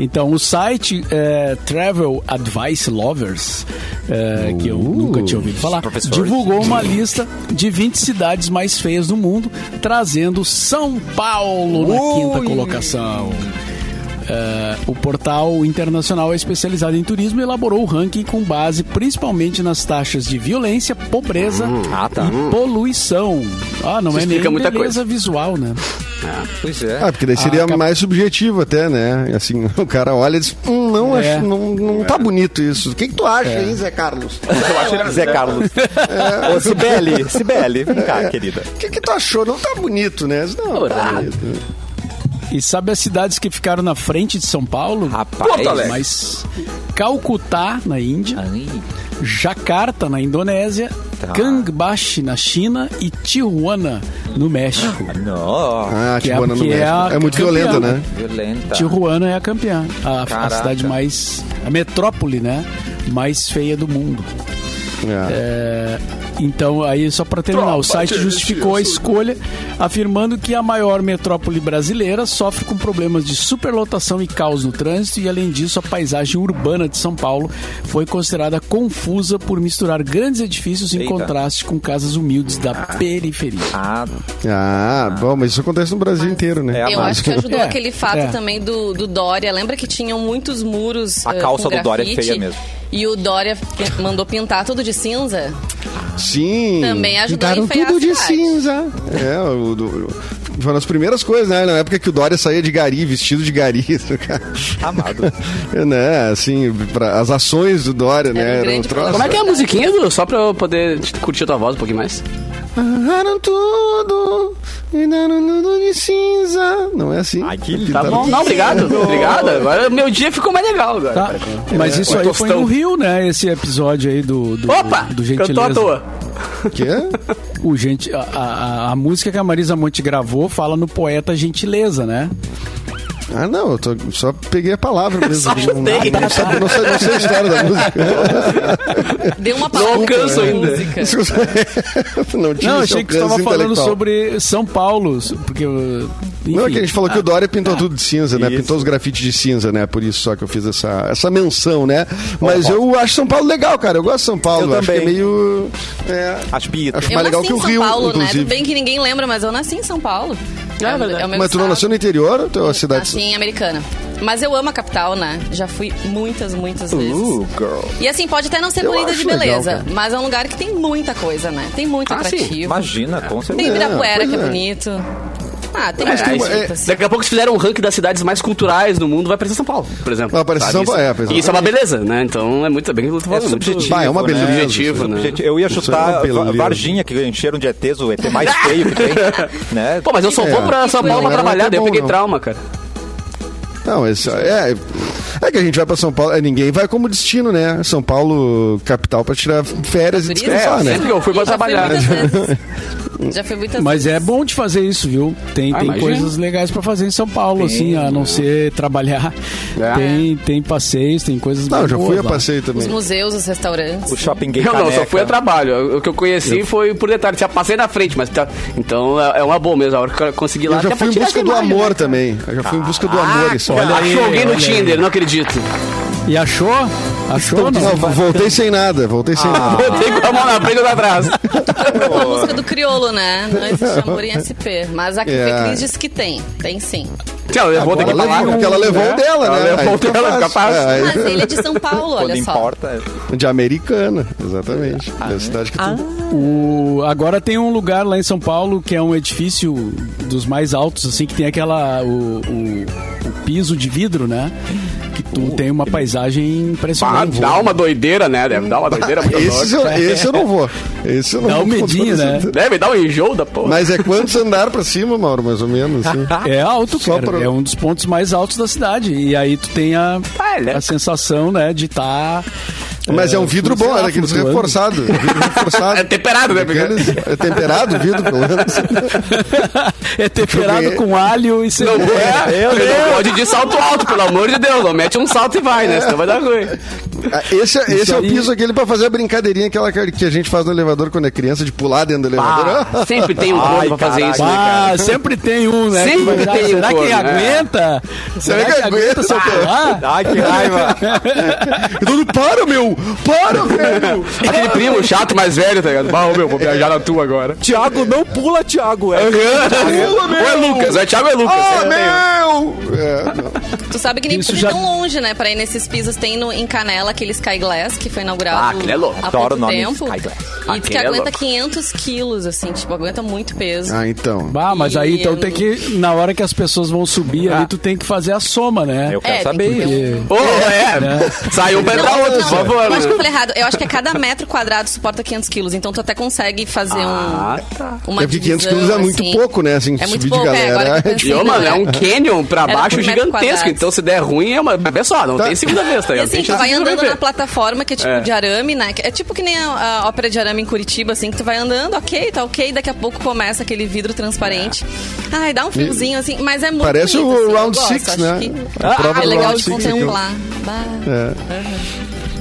Speaker 5: Então, o site é, Travel Advice Lovers, é, que
Speaker 3: Uh,
Speaker 5: eu nunca tinha ouvido falar,
Speaker 1: professores.
Speaker 5: divulgou uma lista de 20 cidades mais feias do mundo, trazendo São Paulo na quinta colocação. É, o portal internacional é especializado em turismo elaborou o ranking com base principalmente nas taxas de violência, pobreza
Speaker 1: Ah, tá.
Speaker 5: e poluição. Ah, não
Speaker 3: Hum. Isso
Speaker 5: é nem
Speaker 3: explica muita
Speaker 5: beleza visual, né?
Speaker 1: Pois é.
Speaker 2: Ah, porque daí seria
Speaker 5: Ah, cap-
Speaker 2: mais subjetivo até, né? Assim, o cara olha e diz, hum, não,
Speaker 5: É.
Speaker 2: acho, não, não tá bonito isso. O que, que tu acha, hein, Zé Carlos?
Speaker 1: Eu acho que Zé Carlos.
Speaker 2: É.
Speaker 1: Ô, Sibeli, Sibeli, vem cá, querida.
Speaker 2: O que, que tu achou? Não tá bonito, né? Diz, Não, não tá
Speaker 3: Dourado.
Speaker 2: bonito.
Speaker 5: E sabe as cidades que ficaram na frente de São Paulo?
Speaker 1: Rapaz. Porto Alegre.
Speaker 5: Mas Calcutá, na Índia, Jakarta, na Indonésia,
Speaker 1: Ah. Tá.
Speaker 5: Kangbashi, na China e Tijuana, no México.
Speaker 1: Não,
Speaker 2: Ah,
Speaker 5: Que é-
Speaker 2: Tijuana no
Speaker 5: que é
Speaker 2: México.
Speaker 5: a
Speaker 2: É, muito
Speaker 5: campeã,
Speaker 2: violenta, né?
Speaker 5: né?
Speaker 1: violenta.
Speaker 5: Tijuana é a campeã, a- a,
Speaker 1: tá. Caraca.
Speaker 5: cidade mais... a metrópole, né? Mais feia do mundo.
Speaker 2: É.
Speaker 5: É, Então, aí só para terminar, o site justificou a escolha, afirmando que a maior metrópole brasileira sofre com problemas de superlotação e caos no trânsito, e além disso, a paisagem urbana de São Paulo foi considerada confusa por misturar grandes edifícios em
Speaker 1: Eita.
Speaker 5: contraste com casas humildes da periferia.
Speaker 1: Ah,
Speaker 2: Ah, bom, mas isso acontece no Brasil inteiro, né?
Speaker 1: É,
Speaker 4: Eu acho que ajudou
Speaker 5: É,
Speaker 4: aquele fato
Speaker 5: é.
Speaker 4: também do, do Dória. Lembra que tinham muitos muros.
Speaker 1: A
Speaker 4: eh,
Speaker 1: calça
Speaker 4: com
Speaker 1: do Dória é
Speaker 4: grafite?
Speaker 1: feia mesmo.
Speaker 4: E o Dória pe- mandou pintar tudo de cinza.
Speaker 2: Sim.
Speaker 4: Também ajudou a
Speaker 2: Pintaram
Speaker 4: enfeiar
Speaker 2: tudo
Speaker 4: a
Speaker 2: de
Speaker 4: cidade.
Speaker 2: cinza. É, o, do, o- foi uma das primeiras coisas, né? Na época que o Dória saía de gari, vestido de gari. cara.
Speaker 1: amado.
Speaker 2: né? Assim, pra- as ações do Dória, né?
Speaker 4: um
Speaker 2: Era um
Speaker 4: grande
Speaker 2: troço.
Speaker 3: Como é que é a musiquinha, Edu? Só pra eu poder te- curtir a tua voz um pouquinho mais.
Speaker 2: Pintaram tudo, pintaram tudo de cinza. Não é assim.
Speaker 1: Ai, que lindo.
Speaker 3: Tá
Speaker 2: Pintaram-
Speaker 3: bom? Não, obrigado. Obrigado. Agora meu dia ficou mais legal agora.
Speaker 5: Tá? Mas isso
Speaker 3: um
Speaker 5: aí foi
Speaker 3: tostão.
Speaker 5: no Rio, né? Esse episódio aí do, do,
Speaker 3: Opa!
Speaker 5: do
Speaker 3: Cantou à
Speaker 5: Gentileza.
Speaker 3: toa.
Speaker 2: Que é?
Speaker 5: O gente, a, a- a música que a Marisa Monte gravou fala no poeta Gentileza, né?
Speaker 2: Ah, não, eu tô- só peguei a palavra mesmo.
Speaker 3: Só
Speaker 2: não,
Speaker 3: chutei.
Speaker 2: não, sabe- não sei, não sei a história da música.
Speaker 4: Deu uma palavra
Speaker 3: alcanço
Speaker 4: pra
Speaker 3: ainda.
Speaker 4: música.
Speaker 2: Não tinha
Speaker 5: Não,
Speaker 2: esse
Speaker 5: achei
Speaker 2: alcance
Speaker 5: que você tava falando
Speaker 2: intelectual.
Speaker 5: sobre São Paulo, porque... uh, Enfim,
Speaker 2: Não, é que a gente falou que o Dória pintou tudo de cinza, né?
Speaker 1: Isso.
Speaker 2: Pintou os grafites de cinza, né? Por isso só que eu fiz essa, essa menção, né? Mas eu acho São Paulo legal, cara. Eu gosto de São Paulo.
Speaker 1: Eu
Speaker 2: acho que é
Speaker 1: também.
Speaker 2: meio. é,
Speaker 1: Acho pita.
Speaker 2: Acho
Speaker 4: Eu
Speaker 2: mais legal que
Speaker 4: nasci
Speaker 2: o
Speaker 4: em São
Speaker 2: Rio,
Speaker 4: Paulo, né?
Speaker 2: inclusive.
Speaker 4: Tudo bem que ninguém lembra, mas eu nasci em São Paulo.
Speaker 3: É
Speaker 4: o-
Speaker 3: verdade.
Speaker 4: o meu
Speaker 2: Mas tu não
Speaker 4: estado.
Speaker 2: nasceu no interior ou tua cidade?
Speaker 3: assim-
Speaker 4: Nasci em Americana. Mas eu amo a capital, né? Já fui muitas, muitas vezes.
Speaker 1: Uh, girl.
Speaker 4: E assim, pode até não ser
Speaker 2: Eu
Speaker 4: bonita
Speaker 2: acho
Speaker 4: de
Speaker 2: legal,
Speaker 4: beleza,
Speaker 2: cara.
Speaker 4: mas é um lugar que tem muita coisa, né? Tem muito
Speaker 3: Ah, sim.
Speaker 4: atrativo.
Speaker 1: Imagina, com
Speaker 4: Tem
Speaker 1: certeza.
Speaker 4: Ibirapuera,
Speaker 2: pois
Speaker 4: que é,
Speaker 2: é.
Speaker 4: bonito. Ah, tem
Speaker 3: Mas
Speaker 4: mais
Speaker 3: tem
Speaker 4: coisas
Speaker 3: uma-
Speaker 2: é-
Speaker 4: bonitas.
Speaker 3: Daqui a pouco se fizeram um ranking das cidades mais culturais do mundo, vai aparecer São Paulo, por exemplo.
Speaker 2: Vai aparecer
Speaker 3: Sabe?
Speaker 2: São Paulo, é,
Speaker 3: Isso-
Speaker 2: apesar-
Speaker 3: E isso é uma beleza, né? Então é muito bem que eu tô falando,
Speaker 1: É
Speaker 3: muito
Speaker 1: subjetivo,
Speaker 2: Bah, é uma
Speaker 1: né?
Speaker 2: beleza.
Speaker 3: subjetivo, né?
Speaker 1: Gente, eu ia chutar
Speaker 2: Isso é uma
Speaker 1: Va-
Speaker 2: beleza.
Speaker 1: Varginha, que encheram de ETs, o ET mais feio que tem. Né?
Speaker 3: Pô, mas eu só vou
Speaker 2: É.
Speaker 3: pra São Paulo pra
Speaker 2: Não,
Speaker 3: trabalhar,
Speaker 2: não é
Speaker 3: daí eu
Speaker 2: bom,
Speaker 3: peguei
Speaker 2: não.
Speaker 3: trauma, cara.
Speaker 2: Não, esse, é, é que a gente vai pra São Paulo, é, ninguém vai como destino, né? São Paulo, capital, pra tirar férias e
Speaker 4: Turismo?
Speaker 2: descansar, né?
Speaker 3: Sempre que eu fui pra
Speaker 4: E já
Speaker 3: trabalhar.
Speaker 4: muitas vezes. Já foi
Speaker 2: assim,
Speaker 4: muitas
Speaker 5: Mas é
Speaker 4: vezes.
Speaker 5: bom de fazer isso, viu? Tem,
Speaker 3: Ah,
Speaker 5: tem
Speaker 3: imagina.
Speaker 5: coisas legais pra fazer em São Paulo, assim, a não ser trabalhar.
Speaker 3: É.
Speaker 5: Tem, tem passeios, tem coisas
Speaker 2: Não,
Speaker 5: bem
Speaker 2: eu já
Speaker 5: boas
Speaker 2: fui a
Speaker 5: lá.
Speaker 2: passeio
Speaker 4: Os
Speaker 2: também.
Speaker 4: museus, os restaurantes.
Speaker 1: O shopping gay
Speaker 3: Eu não, só
Speaker 1: Caneca.
Speaker 3: fui a trabalho. O que eu conheci foi por detalhe. Já passei na frente, mas tá. Então é é uma boa mesmo. A hora que eu consegui lá.
Speaker 2: Eu já
Speaker 3: até
Speaker 2: fui em
Speaker 3: pra tirar
Speaker 2: busca
Speaker 3: essa
Speaker 2: do
Speaker 3: imagem,
Speaker 2: amor
Speaker 3: né? Ah,
Speaker 2: também. Eu já fui em busca do amor. Então, Isso.
Speaker 3: Olha
Speaker 5: aí,
Speaker 3: Achou alguém no
Speaker 5: olha aí.
Speaker 3: Tinder, não acredito.
Speaker 5: E achou? Achou? ou
Speaker 2: Não,
Speaker 5: não?
Speaker 2: voltei sem nada, voltei sem nada.
Speaker 3: Botei com a mão na frente e outra atrás.
Speaker 4: A música do criolo, né? Não existe amor em SP. Mas a
Speaker 2: É.
Speaker 4: yeah. Cris disse que tem. Tem sim.
Speaker 3: Ela levou, tem que
Speaker 2: Ela
Speaker 3: falar.
Speaker 2: levou, porque ela levou o dela,
Speaker 3: Ela
Speaker 2: né?
Speaker 3: levou
Speaker 2: Aí
Speaker 3: o
Speaker 2: fica
Speaker 3: dela,
Speaker 2: fácil.
Speaker 3: capaz.
Speaker 2: É,
Speaker 4: Mas ele é de São Paulo,
Speaker 1: Quando
Speaker 4: olha só.
Speaker 1: importa.
Speaker 2: de americana, exatamente. da cidade que tu...
Speaker 5: O- agora tem um lugar lá em São Paulo que é um edifício dos mais altos, assim, que tem aquela. O, o- o piso de vidro, né? Que tu tem uma paisagem
Speaker 3: Bah,
Speaker 5: impressionante.
Speaker 3: dá uma doideira, né? Deve dar uma doideira muito
Speaker 2: Esse,
Speaker 3: louca.
Speaker 2: eu, esse eu não vou. Esse eu não
Speaker 5: Dá
Speaker 2: vou.
Speaker 5: um medinho, né?
Speaker 3: Deve dar um enjoo da porra.
Speaker 2: Mas é quantos andar pra cima, Mauro, mais ou menos? Assim.
Speaker 5: É alto,
Speaker 2: Só
Speaker 5: cara.
Speaker 2: pra-
Speaker 5: É um dos pontos mais altos da cidade. E aí tu tem a, a sensação, né, de estar.
Speaker 2: Mas é um vidro bom, é daqueles reforçados. Vidro reforçado.
Speaker 3: É temperado, né? Porque-
Speaker 2: Daqueles- É temperado o vidro, pelo menos.
Speaker 5: é temperado com alho e
Speaker 3: Não
Speaker 5: cebola.
Speaker 3: é? Ele não pode ir de salto alto, pelo amor de Deus. Não mete um salto e vai,
Speaker 2: É.
Speaker 3: né? Senão vai dar ruim.
Speaker 2: Ah, Esse, é- esse é o
Speaker 5: aí-
Speaker 2: piso aquele pra fazer a brincadeirinha aquela que que a gente faz no elevador quando é criança, de pular dentro do elevador.
Speaker 3: Ah, sempre tem um
Speaker 1: Ai,
Speaker 3: doido pra fazer isso, né, cara?
Speaker 5: Ah, sempre tem um, né?
Speaker 3: Sempre
Speaker 5: que vai dar-
Speaker 3: tem um
Speaker 5: Será que
Speaker 3: corno,
Speaker 5: aguenta? Será que aguenta se eu pular? Ah,
Speaker 1: Ai, que raiva.
Speaker 2: Então, para, meu! Para, velho!
Speaker 3: Aquele primo chato mais velho, tá ligado? Bah, ô, meu, vou viajar na tua agora.
Speaker 1: Tiago, não pula, Tiago. É
Speaker 3: Ou é Lucas, é Thiago ou é Lucas.
Speaker 2: Ah,
Speaker 3: É.
Speaker 2: meu! É, não.
Speaker 4: Tu sabe que nem
Speaker 5: Isso
Speaker 4: precisa
Speaker 5: já-
Speaker 4: ir tão longe, né? Pra ir nesses pisos. Tem no, em Canela aquele Sky Glass que foi inaugurado
Speaker 3: Ah, aquele é louco.
Speaker 4: há
Speaker 1: Adoro
Speaker 4: pouco
Speaker 1: o nome,
Speaker 4: tempo.
Speaker 1: Sky Glass.
Speaker 4: E diz
Speaker 3: Aquele
Speaker 4: que
Speaker 3: é
Speaker 4: aguenta
Speaker 3: louco.
Speaker 4: 500 quilos, assim. Tipo, aguenta muito peso.
Speaker 2: Ah, então.
Speaker 5: Bah, mas aí então tem que, na hora que as pessoas vão subir ali, tu tem que fazer a soma, né?
Speaker 1: Eu quero
Speaker 4: tem
Speaker 1: saber
Speaker 4: que ter
Speaker 1: isso.
Speaker 4: um-
Speaker 3: Ô, é. Saiu pra entrar outro, por favor. né?
Speaker 4: Eu acho que eu falei errado. Eu acho que a cada metro quadrado suporta 500 quilos. Então tu até consegue fazer
Speaker 3: Ah,
Speaker 4: um.
Speaker 3: tá.
Speaker 4: Uma
Speaker 2: É porque 500
Speaker 4: divisão,
Speaker 2: quilos é muito
Speaker 4: assim.
Speaker 2: pouco, né? Assim,
Speaker 4: É muito
Speaker 2: subir
Speaker 4: pouco,
Speaker 2: de
Speaker 4: é,
Speaker 2: galera.
Speaker 4: agora que eu
Speaker 3: E, ô, mano, é um canyon pra
Speaker 4: Era
Speaker 3: baixo
Speaker 4: por metro
Speaker 3: gigantesco.
Speaker 4: quadrado.
Speaker 3: Então, se der ruim, é uma. É só, não
Speaker 2: Tá.
Speaker 3: tem segunda vez, tá
Speaker 4: E
Speaker 3: ligado?
Speaker 4: assim,
Speaker 3: Tem
Speaker 4: tu
Speaker 3: chance
Speaker 4: vai
Speaker 3: de
Speaker 4: andando
Speaker 3: sobreviver.
Speaker 4: na plataforma, que é tipo
Speaker 3: É.
Speaker 4: de arame, né? Que É tipo que nem a, a ópera de arame em Curitiba, assim, que tu vai andando, ok, tá ok, daqui a pouco começa aquele vidro transparente. Ai, dá um friozinho, assim, mas é muito
Speaker 2: É. Parece
Speaker 4: bonito,
Speaker 2: o
Speaker 4: assim, eu
Speaker 2: Round
Speaker 4: gosto,
Speaker 2: Six,
Speaker 4: acho
Speaker 2: né?
Speaker 4: que-
Speaker 2: A prova
Speaker 4: Ah, é
Speaker 2: do
Speaker 4: legal
Speaker 2: Round
Speaker 4: de
Speaker 2: Six, É,
Speaker 4: contemplar. Bah.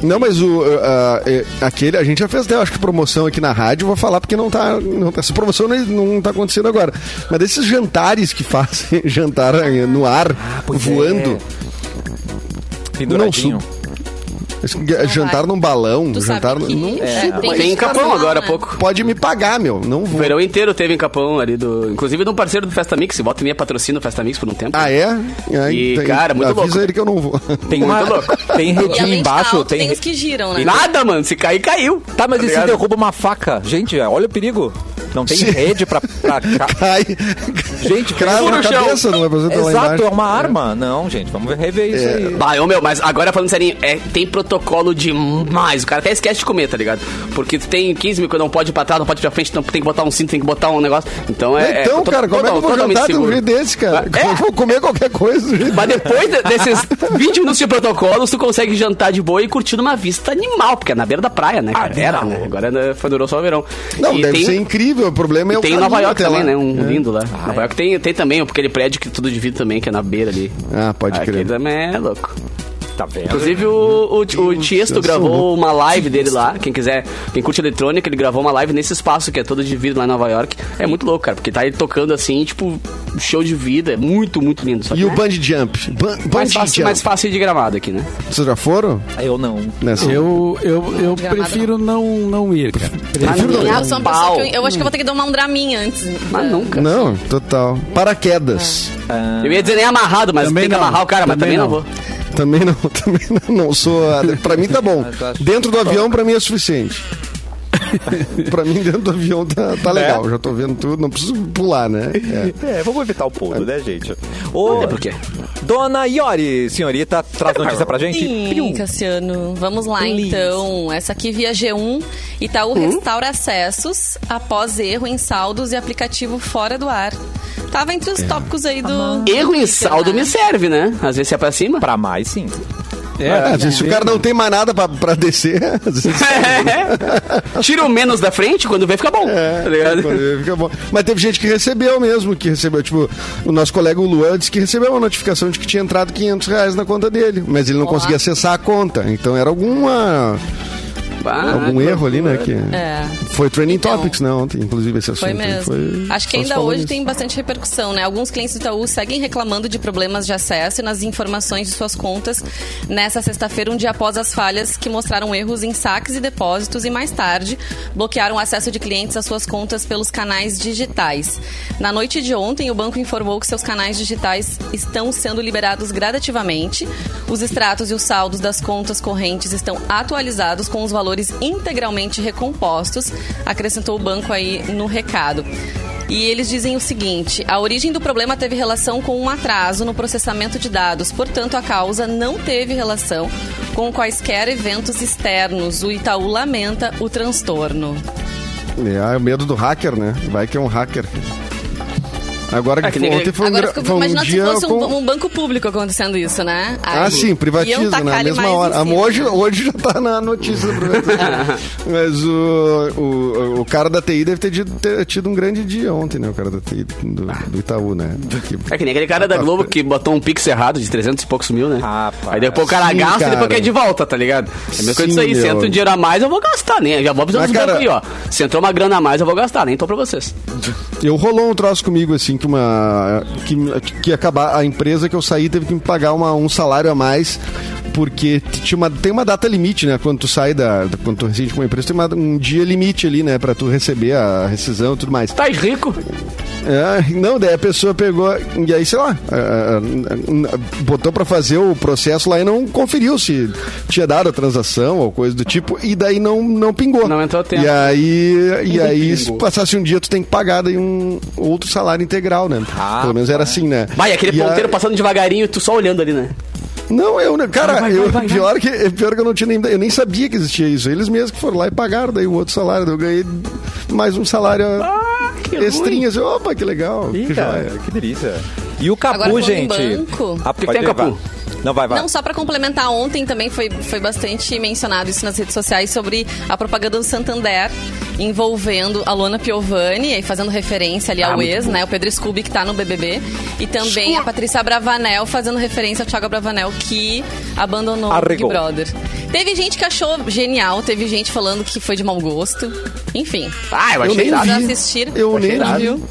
Speaker 2: Não, mas o, ah, é, aquele a gente já fez, né, eu acho que promoção aqui na rádio, vou falar porque não tá, não tá- essa promoção não, não tá acontecendo agora. Mas desses jantares que fazem, jantar eh, no ar,
Speaker 3: Ah, é.
Speaker 2: voando,
Speaker 1: Penduradinho.
Speaker 2: Não, esse jantar
Speaker 4: vai.
Speaker 2: num balão,
Speaker 4: Tu
Speaker 2: jantar
Speaker 4: sabe
Speaker 2: no-
Speaker 4: que...
Speaker 2: não
Speaker 4: é,
Speaker 2: subo
Speaker 4: que
Speaker 2: mais.
Speaker 3: Tem em Capão
Speaker 4: escalar,
Speaker 3: agora há
Speaker 4: né?
Speaker 3: pouco.
Speaker 2: Pode me pagar, meu, não
Speaker 3: O
Speaker 2: vou.
Speaker 3: verão inteiro teve em Capão ali, do, inclusive de um parceiro do Festa Mix, volta e meia patrocina o Festa Mix por um tempo.
Speaker 2: Ah, é?
Speaker 3: E,
Speaker 2: tem-
Speaker 3: cara, muito
Speaker 2: avisa
Speaker 3: louco.
Speaker 2: ele que eu não vou.
Speaker 1: Tem uma...
Speaker 3: Muito louco.
Speaker 1: Tem
Speaker 4: E
Speaker 1: redinho
Speaker 4: além de
Speaker 1: embaixo.
Speaker 4: alto, tem...
Speaker 1: Tem...
Speaker 4: os que giram, né?
Speaker 3: Nada, mano, se cair, caiu.
Speaker 1: Tá, mas e se
Speaker 3: ligado?
Speaker 1: derruba uma faca? Gente, olha o perigo. Não tem
Speaker 2: Sim.
Speaker 1: rede pra... pra ca-
Speaker 2: Ai,
Speaker 1: Gente,
Speaker 2: cravo
Speaker 1: tem-
Speaker 2: na
Speaker 3: no chão.
Speaker 2: cabeça, não vai fazer tá lá
Speaker 1: Exato,
Speaker 2: embaixo.
Speaker 1: é uma arma. Não, gente, vamos rever isso aí.
Speaker 3: Bah, ô, meu, mas agora falando sério, é, tem protocolo demais. O cara até esquece de comer, tá ligado? Porque tu tem 15 mil que não pode ir pra trás, não pode ir pra frente, não, tem que botar um cinto, tem que botar um negócio. Então é.
Speaker 2: então,
Speaker 3: é to-
Speaker 2: cara, como é que eu vou
Speaker 3: totalmente
Speaker 2: jantar de um
Speaker 3: seguro.
Speaker 2: jeito desse, cara?
Speaker 3: É.
Speaker 2: Eu vou comer qualquer coisa do jeito
Speaker 3: Mas depois de- desses 20 minutos de protocolos, tu consegue jantar de boa e curtindo uma vista animal, porque é na beira da praia, né? cara? Era, né? Agora né, foi, durou só o verão.
Speaker 2: Ah, Não,
Speaker 3: E
Speaker 2: deve
Speaker 3: tem- um-
Speaker 2: ser incrível. O problema é o
Speaker 3: Tem em
Speaker 2: caminho
Speaker 3: Nova York
Speaker 2: até
Speaker 3: também,
Speaker 2: lá. É. Ah,
Speaker 3: né? Um lindo lá. Nova York tem, tem também aquele prédio que tudo de vidro também, que é na beira ali.
Speaker 2: Ah, pode
Speaker 3: Aquele
Speaker 2: crer.
Speaker 3: também é louco.
Speaker 1: Tá vendo?
Speaker 3: Inclusive, o, o, o Tiesto
Speaker 2: eu sou
Speaker 3: gravou uma live dele lá. Quem quiser, quem curte eletrônica, ele gravou uma live nesse espaço que é todo de vidro lá em Nova York. É muito louco, cara, porque tá ele tocando assim, tipo, show de vida. É muito, muito lindo. Só que
Speaker 2: E o Bungee Jump? Bun-
Speaker 3: mais,
Speaker 2: Bungee Jump.
Speaker 3: fácil, mais fácil de gramado aqui, né?
Speaker 2: Vocês já foram?
Speaker 1: Eu não.
Speaker 2: Nessa?
Speaker 5: Eu, eu, eu
Speaker 4: Gramado
Speaker 5: prefiro não, não ir, cara.
Speaker 4: Eu sou uma pessoa
Speaker 3: Pau.
Speaker 4: que eu, eu acho que eu vou ter que tomar um Dramin antes.
Speaker 3: Mas nunca.
Speaker 2: Não, total. É. Paraquedas.
Speaker 3: Eu ia dizer nem amarrado, mas
Speaker 5: Também
Speaker 3: tem que
Speaker 5: não.
Speaker 3: amarrar o cara, mas
Speaker 5: Também
Speaker 3: também não,
Speaker 5: não.
Speaker 3: vou.
Speaker 2: Também não, também não, não sou. a- Pra mim tá bom. Dentro do avião, pra mim é suficiente. pra mim, dentro do avião tá, tá legal. Já tô vendo tudo, não preciso pular, né? É.
Speaker 1: É, vamos evitar o pulo, né, gente? Ô,
Speaker 3: É por quê?
Speaker 1: Dona Iori, senhorita, traz notícia pra gente?
Speaker 4: Sim, Cassiano. Vamos lá, então. Essa aqui via G1. Itaú restaura acessos após erro em saldos e aplicativo fora do ar. Tava entre os tópicos aí do... né?
Speaker 3: Erro em saldo me serve, né? Às vezes é pra cima.
Speaker 1: Pra mais, sim.
Speaker 2: É, às vezes se o cara não tem mais nada pra, pra descer, às vezes
Speaker 3: É. Tira o menos da frente, quando vê, fica bom. tá ligado?
Speaker 2: Quando É, fica bom. Mas teve gente que recebeu mesmo, que recebeu, tipo, o nosso colega o Luan disse que recebeu uma notificação de que tinha entrado 500 reais na conta dele, mas ele não
Speaker 4: Ó.
Speaker 2: conseguia acessar a conta. Então era alguma
Speaker 3: Ah,
Speaker 2: algum erro ali, né? Que...
Speaker 4: É.
Speaker 2: Foi Training
Speaker 4: Então,
Speaker 2: Topics, né? Ontem, inclusive, esse assunto.
Speaker 4: Foi mesmo.
Speaker 2: Foi-
Speaker 4: Acho
Speaker 2: só se
Speaker 4: que ainda
Speaker 2: falou
Speaker 4: hoje
Speaker 2: nisso.
Speaker 4: tem bastante repercussão, né? Alguns clientes do Itaú seguem reclamando de problemas de acesso e nas informações de suas contas nessa sexta-feira, um dia após as falhas que mostraram erros em saques e depósitos e mais tarde bloquearam o acesso de clientes às suas contas pelos canais digitais. Na noite de ontem, o banco informou que seus canais digitais estão sendo liberados gradativamente. Os extratos e os saldos das contas correntes estão atualizados com os valores integralmente recompostos, acrescentou o banco aí no recado. E eles dizem o seguinte: a origem do problema teve relação com um atraso no processamento de dados, portanto, a causa não teve relação com quaisquer eventos externos. O Itaú lamenta o transtorno.
Speaker 2: É, é o medo do hacker, né? Vai que é um hacker. Agora que,
Speaker 3: que
Speaker 2: foi-
Speaker 3: nem-
Speaker 2: ontem foi um,
Speaker 4: É
Speaker 2: gra-
Speaker 4: Agora, eu
Speaker 2: foi
Speaker 4: fico
Speaker 2: um
Speaker 4: imaginando se
Speaker 2: dia
Speaker 4: fosse um,
Speaker 2: com...
Speaker 4: um banco público acontecendo isso, né?
Speaker 2: Ah,
Speaker 4: Aí
Speaker 2: sim,
Speaker 4: iam
Speaker 2: privatiza na
Speaker 4: tacar ele
Speaker 2: mesma
Speaker 4: mais em
Speaker 2: hora. Ah,
Speaker 4: cima.
Speaker 2: Hoje, hoje já tá na notícia. pra você. Mas o, o, o cara da TI deve ter tido, ter tido um grande dia ontem, né? O cara da TI do, do Itaú, né? Que-
Speaker 3: É que nem aquele
Speaker 2: Tá
Speaker 3: cara da Globo que botou um pix errado de 300 e poucos mil, né?
Speaker 1: Rapaz.
Speaker 3: aí depois o cara
Speaker 2: Sim,
Speaker 3: gasta e
Speaker 2: cara.
Speaker 3: depois quer de volta, tá ligado? É a mesma coisa disso
Speaker 2: Sim,
Speaker 3: aí.
Speaker 2: meu.
Speaker 3: Se entra um dinheiro a mais, eu vou gastar, né? Já vou avisando
Speaker 2: Mas,
Speaker 3: os bancos
Speaker 2: cara-
Speaker 3: aí, ó. Se entrou uma grana a mais, eu vou gastar, nem tô pra vocês.
Speaker 2: Eu rolou um troço comigo, assim, que uma. Que, que acabar. A empresa que eu saí teve que me pagar uma- um salário a mais. Porque t- tinha uma, tem uma data limite, né? Quando tu sai da. da- Quando tu reside com uma empresa, tem uma- um dia limite ali, né? Pra tu receber a rescisão e tudo mais.
Speaker 3: Tá rico?
Speaker 2: É, não, daí a pessoa pegou e aí, sei lá, ah, ah, ah, botou pra fazer o processo lá e não conferiu se tinha dado a transação ou coisa do tipo, e daí não, não pingou.
Speaker 3: Não entrou tempo.
Speaker 2: E aí, e aí se
Speaker 3: pingou.
Speaker 2: passasse um dia, tu tem que pagar daí um outro salário integral, né?
Speaker 1: Ah,
Speaker 2: Pelo menos era assim, né?
Speaker 3: Vai, aquele
Speaker 2: E a-
Speaker 3: ponteiro passando devagarinho, tu só olhando ali, né?
Speaker 2: Não, eu, né, cara,
Speaker 3: Vai, vai,
Speaker 2: eu,
Speaker 3: vai, vai,
Speaker 2: pior, Que, é pior que eu não tinha nem, eu nem sabia que existia isso. Eles mesmos que foram lá e pagaram daí um outro salário, daí eu ganhei mais um salário
Speaker 3: Ah, que
Speaker 2: extrinha. Assim, Opa, que legal.
Speaker 1: Ih,
Speaker 2: que
Speaker 1: cara,
Speaker 2: joia.
Speaker 1: que delícia. E o Capu,
Speaker 4: Agora falando em
Speaker 1: gente.
Speaker 4: banco.
Speaker 1: Ah,
Speaker 3: O que que
Speaker 1: pode
Speaker 3: tem,
Speaker 1: levar.
Speaker 3: Capu?
Speaker 1: Não, vai, vai.
Speaker 4: Não, só para complementar, ontem também foi, foi bastante mencionado isso nas redes sociais sobre a propaganda do Santander envolvendo a Luana Piovani, aí fazendo referência ali
Speaker 3: Ah,
Speaker 4: ao
Speaker 3: muito
Speaker 4: ex,
Speaker 3: bom.
Speaker 4: né? O Pedro Scooby que tá no BBB. E também a Patrícia Bravanel fazendo referência ao Thiago Bravanel que abandonou
Speaker 1: Arregou.
Speaker 4: o Big Brother. Teve gente que achou genial, teve gente falando que foi de mau gosto. Enfim.
Speaker 3: Ah, eu
Speaker 2: Eu
Speaker 3: achei
Speaker 2: nem
Speaker 3: irado.
Speaker 4: Já
Speaker 2: vi.
Speaker 4: assistiram?
Speaker 2: Eu
Speaker 3: Achei
Speaker 2: nem
Speaker 3: irado.
Speaker 2: vi.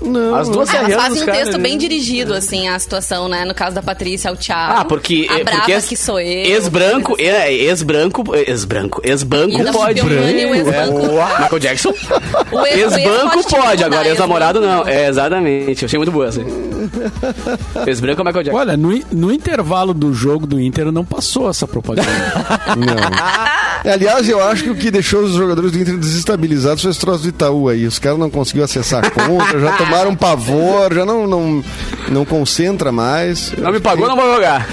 Speaker 2: Não.
Speaker 3: As duas
Speaker 4: Ah, elas
Speaker 3: arranhando
Speaker 4: fazem
Speaker 3: os
Speaker 4: um
Speaker 3: caras,
Speaker 4: texto
Speaker 3: né?
Speaker 4: bem dirigido, assim, à situação, né? No caso da Patrícia, ao Thiago.
Speaker 3: Ah, porque.
Speaker 4: A
Speaker 3: é,
Speaker 4: brava
Speaker 3: porque ex-
Speaker 4: que sou eu. assim.
Speaker 3: Ex-branco, é, ex-branco, ex-branco,
Speaker 4: E
Speaker 3: ex-banco
Speaker 4: não
Speaker 3: pode.
Speaker 4: se permane Então, o
Speaker 3: É.
Speaker 4: ex-banco.
Speaker 3: Uá, Michael Jackson?
Speaker 4: O ex- o
Speaker 3: Ex-banco
Speaker 4: ex pode
Speaker 3: pode,
Speaker 4: mudar,
Speaker 3: agora ex-namorado
Speaker 4: ex-branco
Speaker 3: não.
Speaker 4: não.
Speaker 3: É, exatamente. Eu achei muito boa essa. aí. Ex-branco é Michael Jackson.
Speaker 5: Olha, no, no intervalo do jogo do Inter não passou essa propaganda.
Speaker 2: Não. é. Aliás, eu acho que o que deixou os jogadores do Inter desestabilizados foi esse troço do Itaú aí. Os caras não conseguiram acessar a conta, já tomaram pavor, já não, não, não concentra mais.
Speaker 3: Não me pagou, não vou jogar.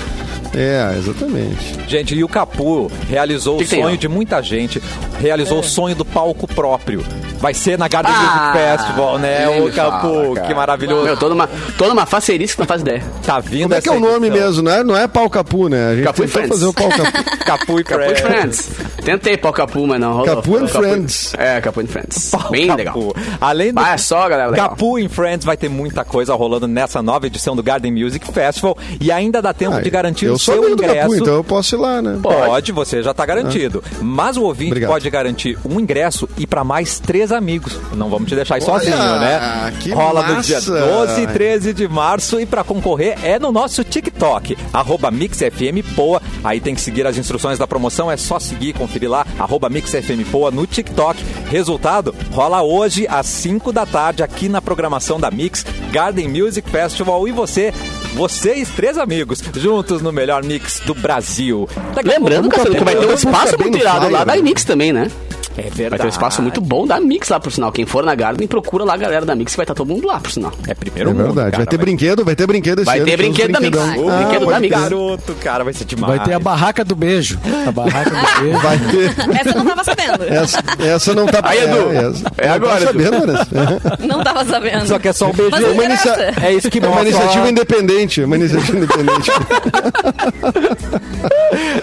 Speaker 2: É, exatamente.
Speaker 1: Gente, e o Capu realizou
Speaker 3: Que
Speaker 1: o
Speaker 3: que tem,
Speaker 1: sonho
Speaker 3: ó? É.
Speaker 1: de muita gente. Realizou o sonho do palco próprio. Vai ser na Garden
Speaker 3: Ah,
Speaker 1: Music Festival, né,
Speaker 3: nem
Speaker 1: o
Speaker 3: me fala,
Speaker 1: Capu?
Speaker 3: cara.
Speaker 1: que maravilhoso.
Speaker 3: Meu, tô numa, tô numa faceirice que não faz ideia.
Speaker 1: Tá vindo
Speaker 2: Como é que é o
Speaker 1: essa
Speaker 2: nome
Speaker 1: edição.
Speaker 2: mesmo? Não é, não é pau capu, né? A gente
Speaker 3: Capu e
Speaker 2: tentou
Speaker 3: Friends.
Speaker 2: fazer o pau capu.
Speaker 1: Capu e
Speaker 3: Capu and
Speaker 1: Friends.
Speaker 3: Friends. Tentei pau Capu, mas não rolou.
Speaker 2: Capu and
Speaker 3: Capu-
Speaker 2: Friends.
Speaker 3: É, Capu and Friends.
Speaker 1: Pau
Speaker 3: Bem
Speaker 1: Capu.
Speaker 3: legal.
Speaker 1: Além do
Speaker 3: Vai é só, galera, legal.
Speaker 1: Capu em Friends vai ter muita coisa rolando nessa nova edição do Garden Music Festival e ainda dá tempo
Speaker 2: Ah,
Speaker 1: de garantir
Speaker 2: eu
Speaker 1: o
Speaker 2: sou
Speaker 1: seu
Speaker 2: amigo do
Speaker 1: ingresso.
Speaker 2: capu, então eu posso ir lá, né?
Speaker 1: Pode, você já está garantido. Mas o ouvinte
Speaker 2: Obrigado.
Speaker 1: pode garantir um ingresso e para mais três amigos. Não vamos te deixar aí
Speaker 2: Olha,
Speaker 1: sozinho, né?
Speaker 2: que
Speaker 1: Rola no
Speaker 2: massa.
Speaker 1: dia 12 e 13 de março e para concorrer é no nosso TikTok, arroba MixFMPoa. Aí tem que seguir as instruções da promoção, é só seguir, conferir lá, arroba MixFMPoa no TikTok. Resultado, rola hoje às 5 da tarde aqui na programação da Mix, Garden Music Festival e você... Vocês, três amigos, juntos no melhor mix do Brasil. Daqui a pouco-
Speaker 3: Lembrando, Cassiano, que vai ter um
Speaker 2: Eu vou
Speaker 3: espaço
Speaker 2: ficar bem
Speaker 3: muito
Speaker 2: no
Speaker 3: irado
Speaker 2: flyer,
Speaker 3: lá da
Speaker 2: né?
Speaker 3: Imix também, né?
Speaker 1: É verdade.
Speaker 3: Vai ter um espaço muito bom da Mix lá, por sinal. Quem for na Garden, procura lá a galera da Mix, que vai estar todo mundo lá, por sinal.
Speaker 1: É primeiro
Speaker 2: É
Speaker 1: mundo,
Speaker 2: verdade.
Speaker 1: cara,
Speaker 2: vai ter brinquedo, vai ter brinquedo esse
Speaker 3: um Vai
Speaker 2: ano,
Speaker 3: ter
Speaker 2: tem uns
Speaker 3: brinquedo da Mix.
Speaker 2: brinquedão.
Speaker 1: O
Speaker 3: Ah,
Speaker 1: brinquedo da
Speaker 3: pode
Speaker 1: Mix.
Speaker 3: ter.
Speaker 1: Garoto, cara, vai ser demais.
Speaker 5: Vai ter a barraca do beijo. A barraca do beijo.
Speaker 2: Vai ter.
Speaker 4: Essa eu não tava sabendo.
Speaker 2: Essa, essa não tá
Speaker 3: Aí, Edu,
Speaker 2: essa.
Speaker 3: é agora,
Speaker 2: Tá
Speaker 3: Edu.
Speaker 2: sabendo, Vanessa?
Speaker 4: Não tava sabendo.
Speaker 1: Só que é só o beijo.
Speaker 4: Mas não
Speaker 2: Uma
Speaker 4: interessa.
Speaker 2: inicia-
Speaker 1: É isso que
Speaker 2: É uma
Speaker 1: mostra.
Speaker 2: iniciativa independente. Uma iniciativa independente.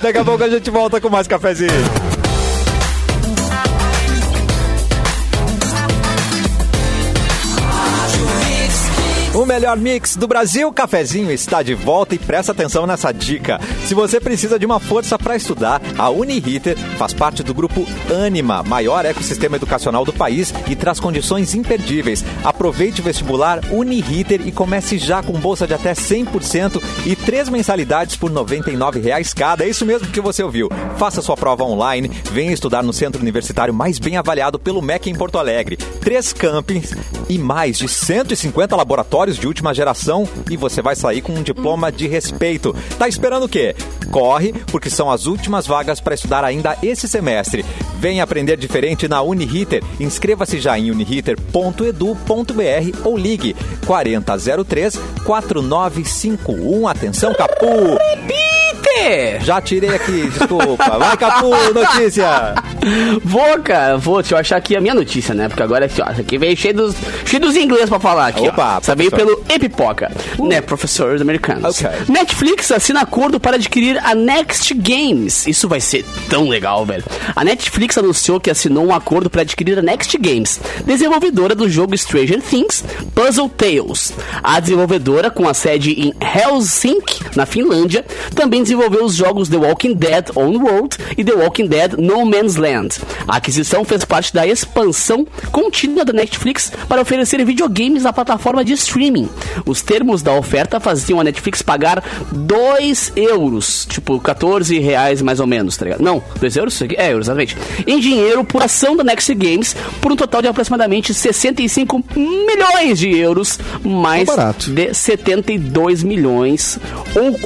Speaker 1: Daqui a pouco a gente volta com mais cafezinho. O melhor mix do Brasil, cafezinho está de volta e presta atenção nessa dica. Se você precisa de uma força para estudar, a Uniriter faz parte do grupo Anima, maior ecossistema educacional do país e traz condições imperdíveis. Aproveite o vestibular Uniriter e comece já com bolsa de até 100% e três mensalidades por R$ 99 reais cada. É isso mesmo que você ouviu. Faça sua prova online, venha estudar no centro universitário mais bem avaliado pelo MEC em Porto Alegre. Três campings e mais de 150 laboratórios de última geração e você vai sair com um diploma de respeito. Tá esperando o quê? Corre, porque são as últimas vagas para estudar ainda esse semestre. Vem aprender diferente na Uniriter. Inscreva-se já em uniriter.edu.br ou ligue 4003 4951. Atenção, Capu!
Speaker 3: Peter!
Speaker 1: Já tirei aqui, desculpa. Vai, Capu, notícia!
Speaker 3: Vou, cara, vou. Deixa eu achar aqui a minha notícia, né? Porque agora aqui, ó, aqui veio cheio dos, cheio dos ingleses pra falar aqui.
Speaker 1: Opa,
Speaker 3: ó. Essa veio
Speaker 1: professor.
Speaker 3: pelo Epipoca, né? Professores americanos.
Speaker 1: Ok.
Speaker 3: Netflix assina acordo para adquirir a Next Games. Isso vai ser tão legal, velho. A Netflix anunciou que assinou um acordo para adquirir a Next Games, desenvolvedora do jogo Stranger Things Puzzle Tales. A desenvolvedora, com a sede em Helsinki, na Finlândia, também desenvolveu os jogos The Walking Dead Onward e The Walking Dead No Man's Land. A aquisição fez parte da expansão contínua da Netflix para oferecer videogames na plataforma de streaming. Os termos da oferta faziam a Netflix pagar 2 euros, tipo 14 reais mais ou menos, tá ligado? Não, 2 euros? Isso aqui? É, euros, exatamente. Em dinheiro por ação da Next Games, por um total de aproximadamente 65 milhões de euros, mais
Speaker 2: Tá barato.
Speaker 3: de 72 milhões, ou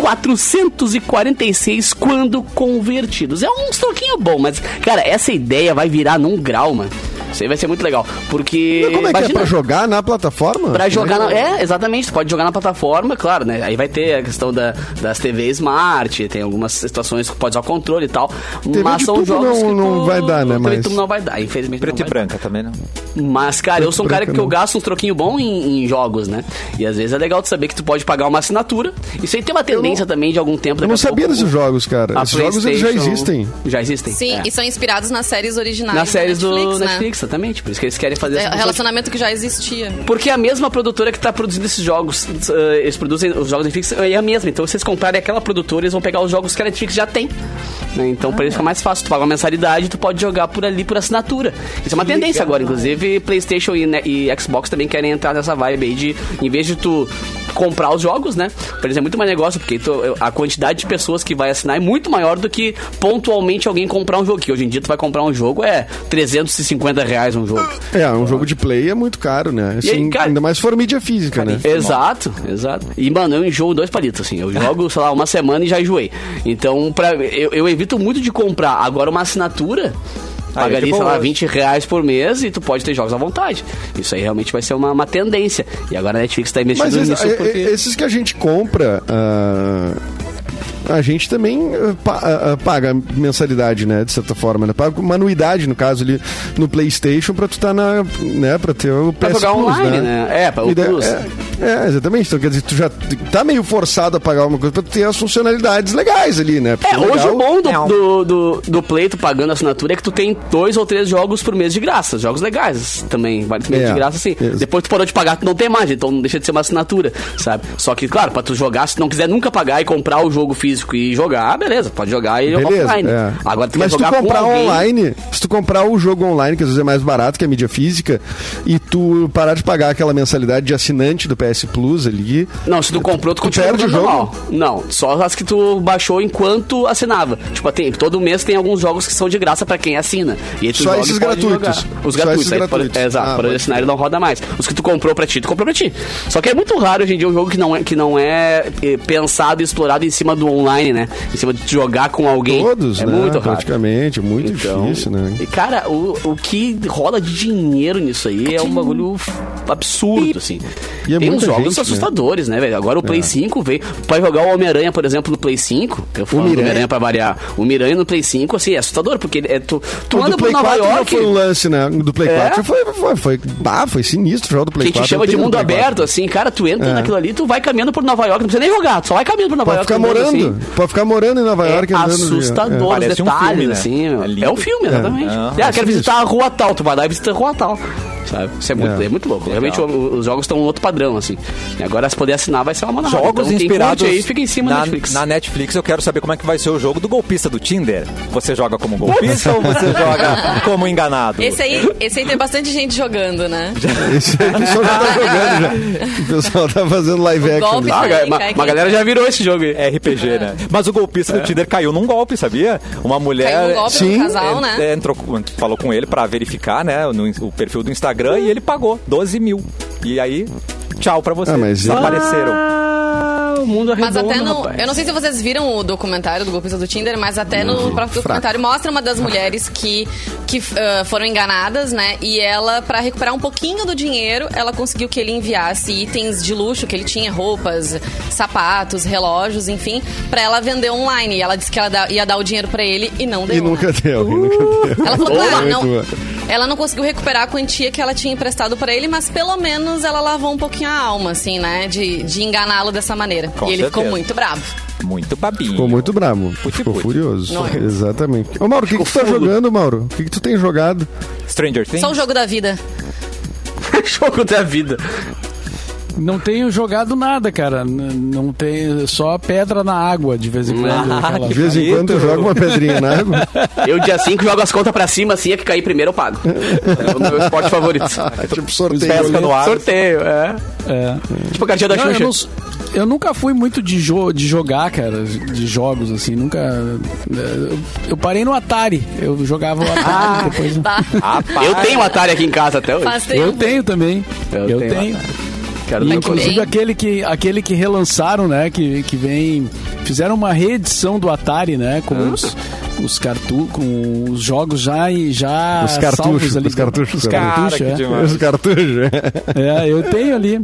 Speaker 3: 446 quando convertidos. É um troquinho bom, mas, cara, essa ideia vai virar num grau, mano. Isso aí vai ser muito legal, porque...
Speaker 2: Mas como é que é?
Speaker 3: imagina-
Speaker 2: Pra jogar na plataforma?
Speaker 3: Pra jogar na. É, exatamente. tu Pode jogar na plataforma, claro, né? Aí vai ter a questão da, das TVs Smart, tem algumas situações que pode usar o controle e tal.
Speaker 2: de
Speaker 3: mas são
Speaker 2: tubo
Speaker 3: jogos
Speaker 2: não-
Speaker 3: que
Speaker 2: não
Speaker 3: tu-
Speaker 2: vai dar,
Speaker 3: TV
Speaker 2: né,
Speaker 3: de
Speaker 2: mas-
Speaker 3: tubo não vai dar, infelizmente.
Speaker 1: Preto e
Speaker 3: não vai
Speaker 1: branca também, né? não?
Speaker 3: dar. Mas, cara, eu sou um
Speaker 2: Preto né?
Speaker 3: cara
Speaker 2: e
Speaker 3: que
Speaker 2: branca,
Speaker 3: eu
Speaker 2: não.
Speaker 3: gasto uns troquinho bom em, em jogos, né? E às vezes é legal tu saber que tu pode pagar uma assinatura. Isso aí tem uma tendência também de algum tempo.
Speaker 2: Eu
Speaker 3: daqui
Speaker 2: não
Speaker 3: a
Speaker 2: sabia
Speaker 3: pouco,
Speaker 2: desses jogos, cara.
Speaker 3: a
Speaker 2: Esses jogos eles já
Speaker 3: PlayStation-
Speaker 2: existem.
Speaker 3: Já existem.
Speaker 4: Sim,
Speaker 3: é.
Speaker 4: e são inspirados nas séries originais
Speaker 3: Nas
Speaker 4: da
Speaker 3: séries
Speaker 4: Netflix,
Speaker 3: do
Speaker 4: né?
Speaker 3: Netflix, exatamente. Por isso que eles querem fazer
Speaker 4: É,
Speaker 3: essa função de-
Speaker 4: relacionamento que já existia.
Speaker 3: Porque é a mesma produtora que tá produzindo esses jogos, eh, eles produzem os jogos da Netflix, é a mesma. Então, se vocês comprarem aquela produtora, eles vão pegar os jogos que a Netflix já tem. né? Então, pra eles fica mais fácil. Tu paga uma mensalidade, tu pode jogar por ali, por assinatura. Isso é uma tendência agora. Inclusive, Playstation e, né, e Xbox também querem entrar nessa vibe aí de, em vez de tu comprar os jogos, né? Pra eles é muito mais negócio, porque tu- a quantidade de pessoas que vai assinar é muito maior do que pontualmente alguém comprar um jogo. Que hoje em dia tu vai comprar um jogo, é 350 reais um jogo.
Speaker 2: É, um jogo de play é muito caro, né?
Speaker 3: E aí,
Speaker 2: Assim,
Speaker 3: cara-
Speaker 2: ainda mais se for mídia física, né?
Speaker 3: Exato, exato. E, mano, eu enjoo dois palitos, assim. Eu jogo, sei lá, uma semana e já enjoei. Então, pra, eu, eu evito muito de comprar. Agora, uma assinatura,
Speaker 1: é de
Speaker 3: pagaria, sei
Speaker 1: boa.
Speaker 3: lá, 20 reais por mês e tu pode ter jogos à vontade. Isso aí realmente vai ser uma, uma tendência. E agora a Netflix tá
Speaker 2: Mas
Speaker 3: investindo
Speaker 2: es-
Speaker 3: nisso
Speaker 2: é- é-
Speaker 3: porque...
Speaker 2: esses que a gente compra, ah, a gente também ah, pa- ah, ah, paga mensalidade, né? De certa forma, né? Paga uma anuidade, no caso, ali no Playstation, pra tu tá na. né? Pra ter o PS
Speaker 3: Pra jogar
Speaker 2: Plus,
Speaker 3: online, né? É, pra o
Speaker 2: E daí-
Speaker 3: Plus.
Speaker 2: É, é, exatamente. Então, quer dizer, tu já tá meio forçado a pagar alguma coisa pra ter as funcionalidades legais ali, né? Porque
Speaker 3: É, hoje
Speaker 2: legal-
Speaker 3: o bom
Speaker 1: Não.
Speaker 3: do, do, do, do Play, tu pagando a assinatura, é que tu tem dois ou três jogos por mês de graça. Jogos legais também, vários meses
Speaker 2: É,
Speaker 3: de graça, sim.
Speaker 2: isso.
Speaker 3: Depois tu parou de pagar, tu não tem mais, então não deixa de ser uma assinatura, sabe? Só que, claro, pra tu jogar, se tu não quiser nunca pagar e comprar o jogo físico e jogar, beleza, pode jogar e jogar
Speaker 2: Beleza,
Speaker 3: offline.
Speaker 2: é.
Speaker 3: Agora tu
Speaker 2: Mas
Speaker 3: quer
Speaker 2: se tu
Speaker 3: jogar
Speaker 2: comprar
Speaker 3: com alguém,
Speaker 2: online, se tu comprar o jogo online, que às vezes é mais barato que a mídia física, e tu parar de pagar aquela mensalidade de assinante do PS PS Plus ali.
Speaker 3: Não, se tu comprou, tu,
Speaker 2: Tu
Speaker 3: continua
Speaker 2: perde o
Speaker 3: jogando
Speaker 2: jogo?
Speaker 3: normal. Não, só as que tu baixou enquanto assinava. Tipo, tem, todo mês tem alguns jogos que são de graça pra quem assina. E aí tu
Speaker 2: Só
Speaker 3: joga e
Speaker 2: esses
Speaker 3: pode
Speaker 2: gratuitos.
Speaker 3: jogar. Os
Speaker 2: Só
Speaker 3: gratuitos.
Speaker 2: esses
Speaker 3: aí tu pode-
Speaker 2: gratuitos.
Speaker 3: é, exato,
Speaker 2: Ah,
Speaker 3: por
Speaker 2: pode
Speaker 3: assinar ele não roda mais. Os que tu comprou pra ti, tu comprou pra ti. Só que é muito raro hoje em dia um jogo que não é, que não é eh, pensado e explorado em cima do online, né? Em cima de jogar com alguém.
Speaker 2: Todos,
Speaker 3: é
Speaker 2: né?
Speaker 3: muito raro.
Speaker 2: praticamente, muito difícil, né?
Speaker 3: Então, E cara, o, o que rola de dinheiro nisso aí é um bagulho f- absurdo, assim.
Speaker 2: E é
Speaker 3: Tem uns
Speaker 2: muita
Speaker 3: jogos
Speaker 2: gente, né? É.
Speaker 3: assustadores, né, velho? Agora o Play 5 veio. Pode jogar o Homem-Aranha, por exemplo, no Play 5. Eu falo do
Speaker 2: Miranha?
Speaker 3: Homem-Aranha pra variar. O Miranha no Play 5, assim, é assustador, porque ele é, tu, tu
Speaker 2: O
Speaker 3: anda
Speaker 2: do
Speaker 3: por
Speaker 2: Play
Speaker 3: Nova
Speaker 2: 4 já
Speaker 3: York.
Speaker 2: foi um lance, né? O Do Play
Speaker 3: É?
Speaker 2: 4 já foi, foi, foi, bah, foi sinistro o jogo do
Speaker 3: Que a
Speaker 2: Play
Speaker 3: gente
Speaker 2: 4.
Speaker 3: chama
Speaker 2: eu
Speaker 3: de
Speaker 2: tenho
Speaker 3: mundo
Speaker 2: Play 4.
Speaker 3: aberto, assim, cara, tu entra
Speaker 2: É.
Speaker 3: naquilo ali, tu vai caminhando por Nova York, não precisa nem jogar, tu só vai caminhando por Nova
Speaker 2: Pode
Speaker 3: York.
Speaker 2: ficar
Speaker 3: andando,
Speaker 2: morando.
Speaker 3: assim.
Speaker 2: Pode ficar morando em Nova York.
Speaker 3: é
Speaker 2: andando ali, ó.
Speaker 3: assustador os
Speaker 1: Parece um
Speaker 3: detalhes,
Speaker 1: filme, né?
Speaker 3: assim.
Speaker 1: É
Speaker 3: meu.
Speaker 1: lindo.
Speaker 3: É, um filme, exatamente.
Speaker 1: É. Ah,
Speaker 3: Ah, quero
Speaker 2: isso.
Speaker 3: visitar a rua tal, tu vai lá e visita a rua tal. Sabe? Isso é muito,
Speaker 2: É.
Speaker 3: é. muito louco. Realmente
Speaker 1: Legal.
Speaker 3: o- os jogos estão em outro padrão, assim. E agora, se puder assinar, vai ser uma manada.
Speaker 1: Jogos
Speaker 3: então, quem
Speaker 1: inspirados
Speaker 3: curte aí, fica em cima
Speaker 1: na,
Speaker 3: da Netflix.
Speaker 1: na Netflix. Eu quero saber como é que vai ser o jogo do golpista do Tinder. Você joga como golpista ou você joga como enganado?
Speaker 4: Esse aí, esse aí tem bastante gente jogando, né?
Speaker 2: Esse aí o pessoal já tá jogando já. O pessoal tá fazendo live
Speaker 4: O
Speaker 2: action.
Speaker 4: golpe
Speaker 2: já.
Speaker 3: Ah,
Speaker 4: Cai,
Speaker 3: ma-
Speaker 4: cai,
Speaker 3: uma
Speaker 4: cai.
Speaker 3: galera já virou esse jogo aí.
Speaker 1: É RPG, né? Mas o golpista do Tinder caiu num golpe, sabia? Uma mulher.
Speaker 4: Caiu num golpe
Speaker 2: sim,
Speaker 4: num casal,
Speaker 1: en-
Speaker 4: né?
Speaker 1: é, entrou, com- falou com ele pra verificar, né? no- o perfil do Instagram e ele pagou 12 mil. E aí, tchau pra você.
Speaker 2: Ah, mas-
Speaker 1: Desapareceram.
Speaker 3: Ah, o mundo é
Speaker 4: Mas
Speaker 3: redondo,
Speaker 4: até no.
Speaker 3: rapaz.
Speaker 4: Eu não sei se vocês viram o documentário do golpista do Tinder, mas até
Speaker 2: Uhum.
Speaker 4: no próprio documentário mostra uma das mulheres que, que ah, foram enganadas, né? E ela, pra recuperar um pouquinho do dinheiro, ela conseguiu que ele enviasse itens de luxo que ele tinha, roupas, sapatos, relógios, enfim, pra ela vender online. E ela disse que ela dá- ia dar o dinheiro pra ele e não deu.
Speaker 2: E nunca deu, e nunca deu.
Speaker 4: Uh. Ela falou, claro,
Speaker 2: Muito
Speaker 4: não.
Speaker 2: boa.
Speaker 4: Ela não conseguiu recuperar a quantia que ela tinha emprestado pra ele, mas pelo menos ela lavou um pouquinho a alma, assim, né? De, de enganá-lo dessa maneira.
Speaker 1: Com
Speaker 4: e ele ficou
Speaker 1: certeza.
Speaker 4: muito bravo.
Speaker 1: Muito babinho.
Speaker 2: Ficou muito bravo.
Speaker 1: Puti,
Speaker 2: Ficou
Speaker 1: puti.
Speaker 2: furioso.
Speaker 3: é?
Speaker 4: Nossa.
Speaker 2: Exatamente. Ô, Mauro, o que, que tu tá
Speaker 3: fulo.
Speaker 2: jogando, Mauro? O que, que tu tem jogado?
Speaker 1: Stranger Things?
Speaker 4: Só o jogo da vida.
Speaker 3: jogo da vida.
Speaker 5: Não tenho jogado nada, cara. N- não tem só pedra na água de vez em quando. aquela-
Speaker 2: De vez em
Speaker 1: Bonito.
Speaker 2: quando eu jogo uma pedrinha na água.
Speaker 3: Eu, dia 5, jogo as contas pra cima, assim, é que cair primeiro eu pago. É o meu esporte favorito.
Speaker 2: tipo sorteio.
Speaker 1: Pesca
Speaker 2: ali.
Speaker 1: no ar.
Speaker 3: Sorteio, é.
Speaker 5: É.
Speaker 3: Tipo a cartinha da
Speaker 5: Não, eu,
Speaker 3: Xuxa.
Speaker 5: não s- eu nunca fui muito de, jo- de jogar, cara, de jogos, assim, nunca. eh, Eu parei no Atari. Eu jogava o Atari depois.
Speaker 4: Tá?
Speaker 1: Rapaz.
Speaker 3: Eu tenho o Atari aqui em casa até hoje.
Speaker 4: Faz tempo.
Speaker 5: Eu tenho também.
Speaker 3: Eu
Speaker 5: Eu,
Speaker 3: tenho
Speaker 5: tenho.
Speaker 3: Cara, tá
Speaker 5: E,
Speaker 3: eu tô-
Speaker 5: inclusive
Speaker 4: bem.
Speaker 5: aquele que, aquele que relançaram, né? Que, que vem. Fizeram uma reedição do Atari, né? Com os, os cartu com os jogos já e já.
Speaker 2: Os cartuchos,
Speaker 5: salvos ali. né?
Speaker 2: os cartuchos,
Speaker 5: Os
Speaker 2: cara.
Speaker 5: cartuchos,
Speaker 1: Cara, que
Speaker 5: é.
Speaker 1: demais.
Speaker 2: Os cartuchos. né?
Speaker 5: É, eu tenho ali.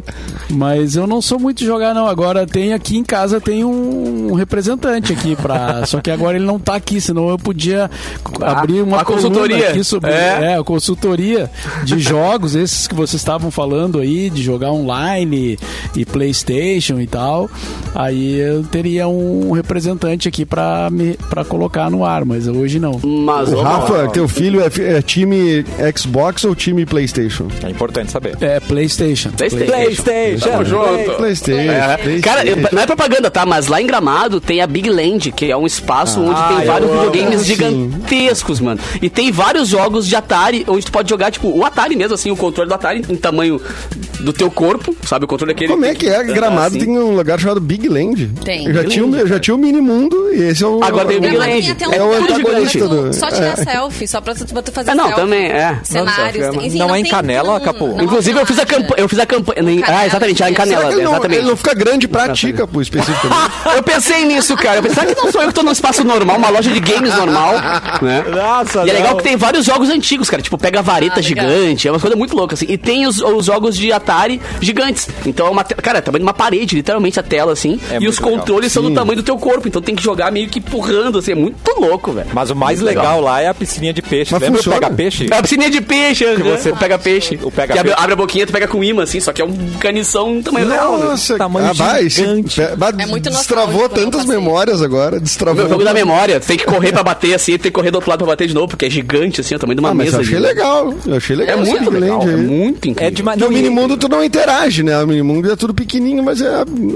Speaker 5: Mas eu não sou muito de jogar, não. Agora tem aqui em casa, tem um representante aqui pra. Só que agora ele não tá aqui, senão eu podia c- abrir uma
Speaker 3: Ah, a
Speaker 5: coluna
Speaker 3: consultoria.
Speaker 5: aqui sobre
Speaker 3: É.
Speaker 5: é. consultoria de jogos, esses que vocês estavam falando aí, de jogar online e Playstation e tal. Aí eu teria um representante aqui pra, me, pra colocar no ar, mas hoje não.
Speaker 3: Mas,
Speaker 2: O
Speaker 3: ô,
Speaker 2: Rafa,
Speaker 3: Mauro,
Speaker 2: teu filho é, fi- é time Xbox ou time PlayStation?
Speaker 1: É importante saber.
Speaker 5: É Playstation.
Speaker 3: PlayStation. Tamo junto.
Speaker 2: PlayStation.
Speaker 3: É,
Speaker 2: PlayStation.
Speaker 3: Cara, eu- não é propaganda, tá? Mas lá em Gramado tem a Big Land, que é um espaço onde
Speaker 1: Ah,
Speaker 3: tem
Speaker 1: eu
Speaker 3: vários
Speaker 1: amo.
Speaker 3: videogames
Speaker 2: Sim.
Speaker 3: gigantescos, mano. E tem vários jogos de Atari, onde tu pode jogar, tipo, o Atari mesmo, assim, o controle do Atari em tamanho do teu corpo, sabe? O controle daquele.
Speaker 2: Como é que é? Gramado
Speaker 3: Assim.
Speaker 2: tem um lugar chamado Big Land.
Speaker 4: Tem.
Speaker 2: Eu Já
Speaker 3: Big
Speaker 2: tinha, o-
Speaker 3: Land,
Speaker 2: eu já tinha o Mini Mundo e esse é o.
Speaker 3: Agora tem o Big
Speaker 4: Gramado
Speaker 3: Land.
Speaker 4: tem até um
Speaker 2: É o
Speaker 4: lugar
Speaker 2: antagonista
Speaker 4: pra tu
Speaker 2: do-
Speaker 4: Só tirar
Speaker 2: é.
Speaker 4: selfie, só pra tu, pra tu fazer
Speaker 3: Ah, não,
Speaker 4: selfie,
Speaker 3: também, é.
Speaker 4: Cenários.
Speaker 3: Não,
Speaker 4: enfim,
Speaker 1: não é em
Speaker 4: tem- um-
Speaker 1: Canela, Capô?
Speaker 4: não
Speaker 3: Inclusive, eu fiz a
Speaker 4: nada.
Speaker 3: campanha. Eu fiz a campanha. em- Ah,
Speaker 4: Canela,
Speaker 3: exatamente, lá em
Speaker 4: isso.
Speaker 3: Canela,
Speaker 2: Ele não, ele
Speaker 3: exatamente.
Speaker 2: não fica grande pra ti, Capu, especificamente.
Speaker 3: Eu pensei nisso, cara. Eu pensei, será que não sou eu que tô num espaço normal, uma loja de games normal, né?
Speaker 1: Nossa,
Speaker 3: E é legal
Speaker 1: não.
Speaker 3: que tem vários jogos antigos, cara. Tipo, pega a vareta
Speaker 4: Ah, legal.
Speaker 3: gigante, é uma coisa muito louca, assim. E tem os, os jogos de Atari gigantes. Então é uma. te- Cara, é tamanho de uma parede, literalmente a tela, assim.
Speaker 1: É
Speaker 3: e
Speaker 1: muito
Speaker 3: os
Speaker 1: legal.
Speaker 3: controles são do tamanho do teu corpo. Então tem que jogar meio que empurrando, assim. É muito louco, velho.
Speaker 1: Mas o mais
Speaker 3: Muito
Speaker 1: legal lá é a piscininha de peixe.
Speaker 2: Mas
Speaker 1: Lembra
Speaker 2: funciona?
Speaker 1: o pega-peixe?
Speaker 3: É a piscininha de peixe, que
Speaker 1: você
Speaker 3: pega peixe.
Speaker 1: o pega
Speaker 3: que abre,
Speaker 1: peixe.
Speaker 3: abre a boquinha, tu pega com imã, assim, só que é um canição do tamanho real, né?
Speaker 2: Nossa,
Speaker 1: Tamanho é
Speaker 2: ah, vai, esse-
Speaker 1: gigante.
Speaker 2: pe- bah,
Speaker 4: É muito
Speaker 2: Destravou
Speaker 4: nostálgico, eu não
Speaker 2: tantas
Speaker 4: passei.
Speaker 2: memórias agora.
Speaker 3: O meu
Speaker 2: Destravou.
Speaker 3: jogo da memória, tu tem que correr pra bater assim, tem que correr do outro lado pra bater de novo, porque é gigante assim, o tamanho de uma
Speaker 2: Ah, mas
Speaker 3: mesa.
Speaker 2: eu achei
Speaker 3: de-
Speaker 2: legal. Eu achei
Speaker 3: É
Speaker 2: legal. esse
Speaker 3: muito
Speaker 2: Big
Speaker 3: legal,
Speaker 2: Land
Speaker 3: é
Speaker 2: aí.
Speaker 3: muito incrível.
Speaker 1: É demais.
Speaker 2: E o
Speaker 1: Não,
Speaker 2: mini
Speaker 1: e-
Speaker 3: um-
Speaker 2: mundo Minimundo tu não interage, né? O Minimundo é tudo pequenininho, mas é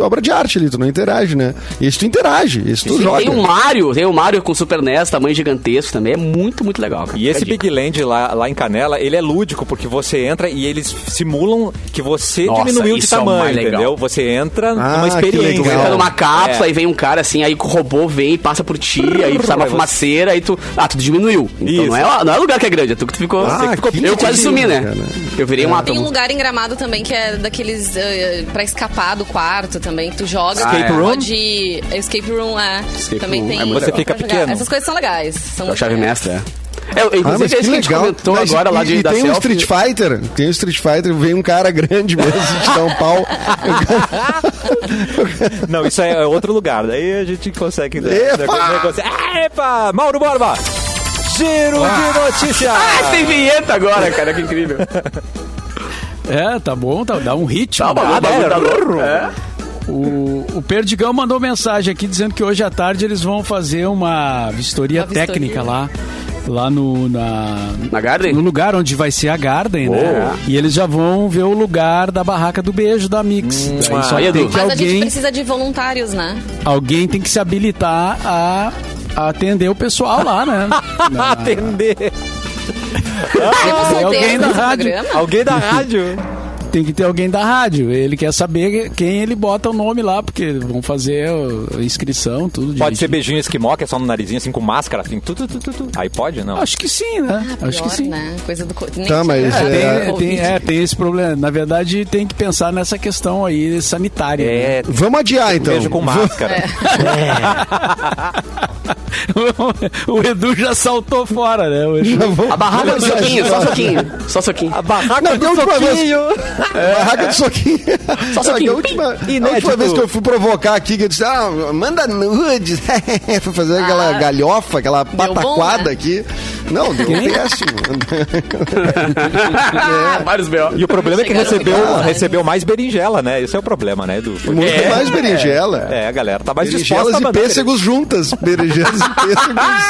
Speaker 2: obra de arte ali, tu não interage, né? Esse tu interage, esse tu
Speaker 3: Sim,
Speaker 2: joga.
Speaker 3: Tem um o Mario, tem o Mario com Super NES, tamanho gigantesco também. É muito, muito legal, cara. É
Speaker 1: E esse
Speaker 3: Fica a dica.
Speaker 1: Big Land lá, lá em Canela, ele é lúdico, porque você entra e eles simulam que você
Speaker 3: Nossa,
Speaker 1: diminuiu de
Speaker 3: isso é o mais
Speaker 1: tamanho,
Speaker 3: legal.
Speaker 1: entendeu? Você entra numa
Speaker 2: Ah, que
Speaker 1: experiência.
Speaker 2: legal.
Speaker 3: Entra numa cápsula,
Speaker 1: É.
Speaker 3: aí vem um cara assim, aí o robô vem e passa por ti, aí sai uma
Speaker 1: Aí você-
Speaker 3: fumaceira, aí tu. Ah, tu diminuiu. Então
Speaker 1: Isso.
Speaker 3: não é, não é lugar que é grande, é tu que tu ficou.
Speaker 2: Ah,
Speaker 3: você que ficou-
Speaker 2: que
Speaker 3: eu quase
Speaker 2: lindo,
Speaker 3: sumi, né?
Speaker 2: cara. É.
Speaker 3: Eu virei um
Speaker 4: Tem um
Speaker 3: átomo.
Speaker 4: lugar em Gramado também que é daqueles eh, pra escapar do quarto também, que tu joga.
Speaker 1: Escape
Speaker 4: tu
Speaker 1: room?
Speaker 4: Pode... Escape room, é.
Speaker 3: Escape
Speaker 4: também
Speaker 3: room,
Speaker 4: tem.
Speaker 3: é muito
Speaker 1: legal.
Speaker 4: pra
Speaker 1: Você fica
Speaker 4: jogar.
Speaker 1: pequeno.
Speaker 4: Essas coisas são legais. São
Speaker 3: É o chave
Speaker 4: legais.
Speaker 3: mestra, é. É,
Speaker 2: Ah, mas
Speaker 3: inclusive,
Speaker 2: que
Speaker 3: esse que a gente
Speaker 2: legal.
Speaker 3: comentou
Speaker 2: Mas
Speaker 3: agora
Speaker 2: e-
Speaker 3: lá de
Speaker 2: e
Speaker 3: da
Speaker 2: tem um
Speaker 3: selfie.
Speaker 2: Street Fighter, tem um Street Fighter, vem um cara grande mesmo te dá um pau.
Speaker 1: Não, isso é outro lugar. Daí a gente consegue.
Speaker 2: Epa!
Speaker 1: Ah, Epa! Mauro Borba! Giro de notícias!
Speaker 3: Ah, tem vinheta agora, cara, que incrível.
Speaker 5: É, tá bom, tá, dá um ritmo.
Speaker 3: Tá bom, tá
Speaker 5: Ah,
Speaker 3: bom,
Speaker 5: né?
Speaker 3: tá bom. É.
Speaker 5: O, o Perdigão mandou mensagem aqui dizendo que hoje à tarde eles vão fazer uma vistoria
Speaker 4: Uma vistoria.
Speaker 5: técnica lá. Lá no, na,
Speaker 3: Na Garden?
Speaker 5: no lugar onde vai ser a Garden, né? E eles já vão ver o lugar da barraca do beijo da Mix. Daí só
Speaker 3: Hum, Aí, é
Speaker 5: tem
Speaker 3: Edu.
Speaker 5: que
Speaker 4: Mas a gente
Speaker 5: alguém,
Speaker 4: precisa de voluntários, né?
Speaker 5: alguém tem que se habilitar a, a atender o pessoal lá, né?
Speaker 1: Atender!
Speaker 4: Temos
Speaker 5: é
Speaker 4: solteiros
Speaker 5: alguém da
Speaker 4: nesse
Speaker 5: rádio.
Speaker 4: programa?
Speaker 1: Alguém da rádio?
Speaker 5: Tem que ter alguém da rádio. Ele quer saber quem ele bota o nome lá, porque vão fazer a inscrição, tudo.
Speaker 1: Pode
Speaker 5: direitinho.
Speaker 1: ser beijinho esquimó, que é só no narizinho, assim, com máscara, assim. Tu, tu, tu, tu, tu. Aí pode, não?
Speaker 3: Ah,
Speaker 5: Acho que sim, né? Acho
Speaker 4: Pior,
Speaker 5: que sim.
Speaker 4: Né? Coisa do... co- Nem
Speaker 2: Tá, mas,
Speaker 5: É,
Speaker 4: tinha-
Speaker 5: tem,
Speaker 2: É,
Speaker 5: é, tem- é, tem esse problema. Na verdade, tem que pensar nessa questão aí sanitária.
Speaker 1: É,
Speaker 2: Vamos adiar então.
Speaker 1: beijo com máscara.
Speaker 3: É.
Speaker 5: né? o Edu já saltou fora, né? O Edu-
Speaker 2: Já vamos-
Speaker 3: A barraca do
Speaker 2: vamos
Speaker 3: soquinho, só um
Speaker 2: adiar.
Speaker 3: soquinho. Só um soquinho.
Speaker 1: A barraca
Speaker 2: Não, da
Speaker 1: do
Speaker 2: última vez-
Speaker 1: soquinho!
Speaker 2: Barraca de soquinho.
Speaker 3: Só soquinho.
Speaker 2: A última, a
Speaker 1: Inédito.
Speaker 2: última vez que eu fui provocar aqui, que eu disse, ah, manda nudes. É, fui fazer aquela galhofa, aquela pataquada
Speaker 4: Ah. bom, né?
Speaker 2: aqui. Não, deu péssimo.
Speaker 3: Ah, Vários B.O.
Speaker 1: E o problema é que
Speaker 4: Chegaram
Speaker 1: recebeu,
Speaker 4: igual, né?
Speaker 1: recebeu mais berinjela, né? Esse é o problema, né, Edu? Porque-
Speaker 2: Muito mais berinjela.
Speaker 1: É, a galera tá mais disposta
Speaker 2: Berinjelas
Speaker 1: a
Speaker 2: e
Speaker 1: mandar
Speaker 2: pêssegos juntas. Berinjelas e pêssegos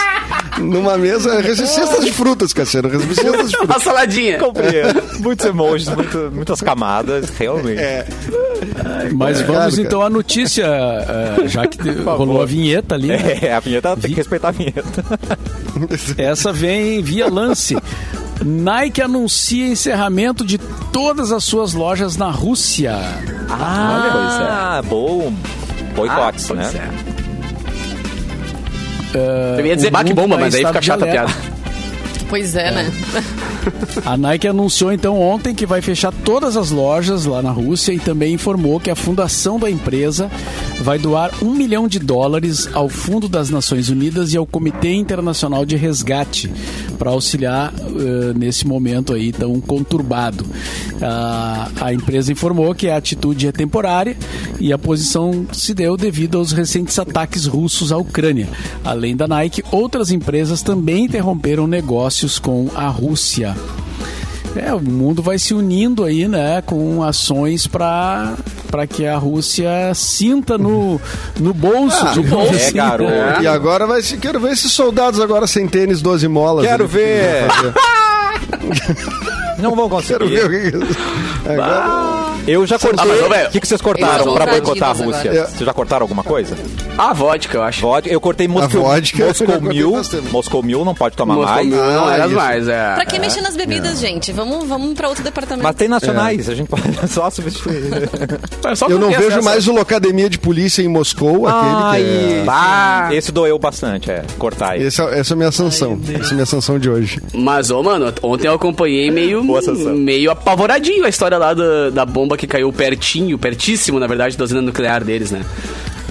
Speaker 2: numa mesa. Cestas de frutas, Cassiano. Cestas de frutas.
Speaker 3: Uma saladinha.
Speaker 1: berinjela. Compreendo. é, Muitos emojis, muito- muitas camadas, realmente.
Speaker 5: Mas
Speaker 2: É,
Speaker 5: vamos
Speaker 2: claro, cara.
Speaker 5: então à notícia, eh, já que rolou a vinheta ali. né?
Speaker 1: É, a vinheta tem que respeitar a vinheta.
Speaker 5: Essa vem via lance. Nike anuncia encerramento de todas as suas lojas na Rússia.
Speaker 1: Ah, bom. Boicotes,
Speaker 3: Ah, pois
Speaker 1: né?
Speaker 3: é. Eu ia dizer
Speaker 5: o
Speaker 3: bate
Speaker 5: mundo
Speaker 3: bomba,
Speaker 5: tá em
Speaker 3: mas aí
Speaker 5: estado
Speaker 3: fica
Speaker 5: de
Speaker 3: chata a piada.
Speaker 5: alerta.
Speaker 4: Pois é, né?
Speaker 5: A Nike anunciou então ontem que vai fechar todas as lojas lá na Rússia e também informou que a fundação da empresa vai doar um milhão de dólares ao Fundo das Nações Unidas e ao Comitê Internacional de Resgate para auxiliar eh, nesse momento aí tão conturbado. Ah, a empresa informou que a atitude é temporária e a posição se deu devido aos recentes ataques russos à Ucrânia. Além da Nike, outras empresas também interromperam negócios com a Rússia. É, o mundo vai se unindo aí, né, com ações para que a Rússia sinta no, no bolso.
Speaker 2: Ah,
Speaker 5: digamos
Speaker 1: é,
Speaker 5: assim, né?
Speaker 1: garoto.
Speaker 2: E agora vai se. Quero ver esses soldados agora sem tênis, 12 molas.
Speaker 1: Quero
Speaker 2: né, que eles
Speaker 1: ver.
Speaker 2: vão fazer.
Speaker 1: Não vão
Speaker 2: Quero ver o
Speaker 1: conseguir.
Speaker 2: que que eles- Agora,
Speaker 1: Eu já
Speaker 3: Ah, mas,
Speaker 1: cortei.
Speaker 3: ô, velho,
Speaker 1: o que, que vocês
Speaker 4: eles
Speaker 1: cortaram
Speaker 4: vão
Speaker 1: pra
Speaker 4: usar
Speaker 1: boicotar a
Speaker 4: Adidas
Speaker 1: Rússia?
Speaker 2: agora.
Speaker 1: Vocês já cortaram alguma coisa?
Speaker 3: A Ah, vodka, eu acho.
Speaker 1: Vodka, eu cortei Moscou,
Speaker 2: vodka, eu já
Speaker 1: Moscou
Speaker 2: cortei
Speaker 1: Mil.
Speaker 2: faz tempo.
Speaker 1: Moscou Mil não pode tomar
Speaker 3: Moscou
Speaker 1: mais.
Speaker 3: Mule não
Speaker 2: Ah,
Speaker 3: era
Speaker 2: isso.
Speaker 3: mais, é.
Speaker 4: Pra que mexer nas bebidas, gente? Vamos, vamos pra outro departamento.
Speaker 1: Mas tem
Speaker 2: É.
Speaker 1: nacionais, a gente pode só substituir.
Speaker 3: É
Speaker 2: eu não vejo mais o Locademia de Polícia em Moscou, aquele que é.
Speaker 3: Bah.
Speaker 1: Esse doeu bastante, é. Cortar ele.
Speaker 2: Essa, essa é a minha sanção. essa é a minha sanção de hoje.
Speaker 3: Mas, ô, mano, ontem eu acompanhei meio,
Speaker 1: Boa sessão.
Speaker 3: meio apavoradinho a história lá da, da bomba que caiu pertinho, pertíssimo, na verdade, da usina nuclear deles, né?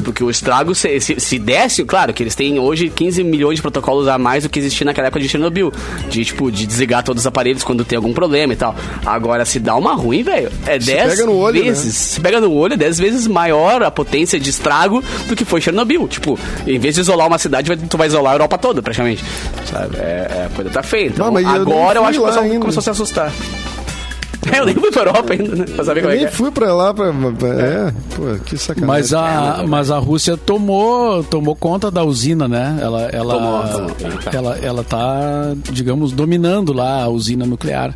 Speaker 3: Porque o estrago, se, se, se desse, claro, que eles têm hoje 15 milhões de protocolos a mais do que existia naquela época de Chernobyl. De, tipo, de desligar todos os aparelhos quando tem algum problema e tal. Agora, se dá uma ruim, velho, é 10
Speaker 2: pega no olho, né?
Speaker 3: vezes se pega no olho, 10 vezes maior a potência de estrago do que foi Chernobyl. Tipo, em vez de isolar uma cidade, vai- tu vai isolar a Europa toda, praticamente. Sabe? É, é, a coisa tá feia. Então,
Speaker 2: Bah, mas eu
Speaker 3: agora
Speaker 2: nem
Speaker 3: eu,
Speaker 2: fui
Speaker 3: acho que o
Speaker 2: lá
Speaker 3: pessoal
Speaker 2: ainda.
Speaker 3: começou a se assustar. É, eu nem fui pra Europa ainda, né? Pra saber
Speaker 2: Eu
Speaker 3: como é que
Speaker 2: nem
Speaker 3: é.
Speaker 2: fui pra lá pra. pra- é, pô, que sacanagem.
Speaker 5: Mas
Speaker 3: Então,
Speaker 5: a,
Speaker 3: é,
Speaker 5: mas a Rússia tomou, tomou conta da usina, né? Ela, ela, tá,
Speaker 3: Tomou, tomou.
Speaker 5: Ela, ela tá, digamos, dominando lá a usina nuclear.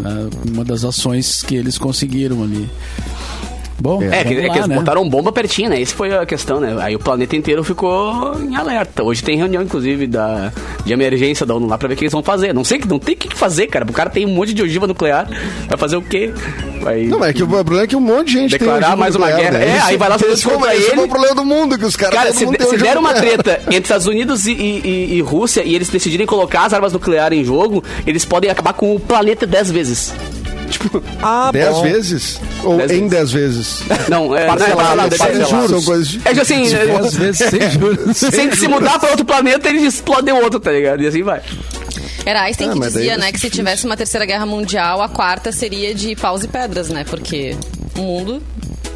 Speaker 5: né? Uma das ações que eles conseguiram ali. Bom,
Speaker 3: É, que,
Speaker 5: vamos
Speaker 3: é
Speaker 5: lá,
Speaker 3: que eles
Speaker 5: né?
Speaker 3: botaram bomba pertinho, né? Essa foi a questão, né? Aí o planeta inteiro ficou em alerta. Hoje tem reunião, inclusive, da, de emergência da ONU lá pra ver o que eles vão fazer. Não sei, que não tem o que fazer, cara. O cara tem um monte de ogiva nuclear. Vai fazer o quê? Vai...
Speaker 2: Não, mas é que o problema é que um monte de gente
Speaker 3: Declarar
Speaker 2: tem um
Speaker 3: mais uma
Speaker 2: nuclear,
Speaker 3: guerra. É, aí vai lá
Speaker 2: Esse
Speaker 3: fazer
Speaker 2: é o-
Speaker 3: contra
Speaker 2: esse
Speaker 3: ele.
Speaker 2: é o problema do mundo, que os caras...
Speaker 3: Cara,
Speaker 2: todo
Speaker 3: se,
Speaker 2: mundo tem
Speaker 3: se
Speaker 2: um
Speaker 3: der uma
Speaker 2: nuclear.
Speaker 3: treta entre Estados Unidos e, e- e- e Rússia e eles decidirem colocar as armas nucleares em jogo, eles podem acabar com o planeta dez vezes.
Speaker 1: Ah,
Speaker 2: Dez
Speaker 1: bom.
Speaker 2: vezes? Ou
Speaker 3: Tá Dez
Speaker 2: em
Speaker 3: vezes.
Speaker 2: dez vezes?
Speaker 3: Não, é, não é parcelado, é
Speaker 2: sem
Speaker 3: parcelado.
Speaker 2: juros. São coisas de-
Speaker 3: É que assim,
Speaker 5: Às vezes sem juros.
Speaker 3: se ele se mudar pra outro planeta, eles explodem o outro, tá ligado? E assim vai.
Speaker 4: Era Einstein
Speaker 2: Ah,
Speaker 4: que
Speaker 2: mas daí vai
Speaker 4: dizia, né,
Speaker 2: ser
Speaker 4: que se
Speaker 2: difícil.
Speaker 4: tivesse uma terceira guerra mundial, a quarta seria de paus e pedras, né? Porque o mundo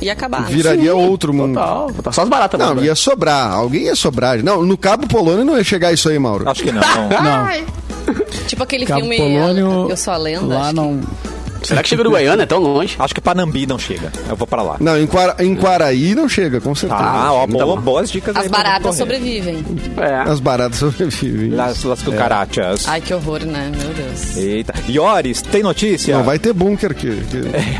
Speaker 4: ia acabar. né?
Speaker 2: Viraria outro mundo.
Speaker 3: Total, total. Tá, Só as baratas.
Speaker 2: Não,
Speaker 3: mano.
Speaker 2: ia sobrar. Alguém ia sobrar. Não, no Cabo Polônio não ia chegar isso aí, Mauro.
Speaker 3: Tá.
Speaker 1: Acho que não. não.
Speaker 5: Não,
Speaker 4: Tipo aquele
Speaker 5: Cabo
Speaker 4: filme
Speaker 5: Polônio,
Speaker 4: Eu Sou a Lenda. acho
Speaker 5: Lá
Speaker 4: que-
Speaker 5: não.
Speaker 3: Será que chega do Guiana? É tão longe.
Speaker 1: Acho que Panambi não chega. Eu vou pra lá.
Speaker 2: Não, em, Quara, em Quaraí não chega, com certeza.
Speaker 1: Ah, ó,
Speaker 2: Então,
Speaker 1: boa, boas dicas
Speaker 4: As
Speaker 1: aí pra
Speaker 4: baratas
Speaker 1: concorrer.
Speaker 4: sobrevivem.
Speaker 3: É.
Speaker 2: As baratas sobrevivem.
Speaker 1: Las, las cucarachas.
Speaker 4: Ai, que horror, né? Meu Deus.
Speaker 1: Eita. Iores, tem notícia?
Speaker 2: Não vai ter bunker que,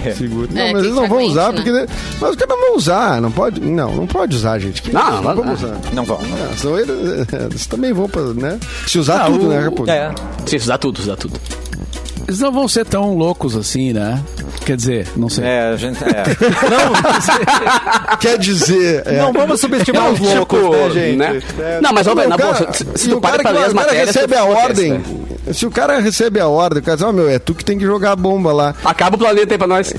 Speaker 2: que segura. Não,
Speaker 4: É,
Speaker 2: mas
Speaker 4: que
Speaker 2: eles não vão
Speaker 4: aguente,
Speaker 2: usar,
Speaker 4: né?
Speaker 2: porque. Mas os caras não vão usar, não pode. Não, não pode usar, gente. Que-
Speaker 3: Não, não
Speaker 2: vamos
Speaker 3: dá.
Speaker 2: usar.
Speaker 1: Não vão. É,
Speaker 2: Ah, senão eles, eles também vão pra, né? Se usar
Speaker 5: Ah,
Speaker 2: tudo,
Speaker 5: o-
Speaker 2: né, Raposo?
Speaker 1: É.
Speaker 3: Sim, isso dá tudo, isso dá tudo.
Speaker 5: Eles não vão ser tão loucos assim, né? Quer dizer, não sei.
Speaker 1: É, a gente. É. Não,
Speaker 2: Quer dizer. é,
Speaker 1: não vamos subestimar os loucos, né, gente? É.
Speaker 3: um tipo, Não, mas ó, velho, na
Speaker 2: Não, o cara-
Speaker 3: boa, se, se
Speaker 2: e
Speaker 3: tu
Speaker 2: o
Speaker 3: para
Speaker 2: cara
Speaker 3: pra
Speaker 2: que-
Speaker 3: ler
Speaker 2: o
Speaker 3: as
Speaker 2: cara
Speaker 3: matérias...
Speaker 2: recebe
Speaker 3: tu
Speaker 2: a
Speaker 3: acontece,
Speaker 2: ordem.
Speaker 3: né?
Speaker 2: Se o cara recebe a ordem, o cara diz, ó, meu, é tu que tem que jogar a bomba lá.
Speaker 3: Acaba o planeta aí pra nós.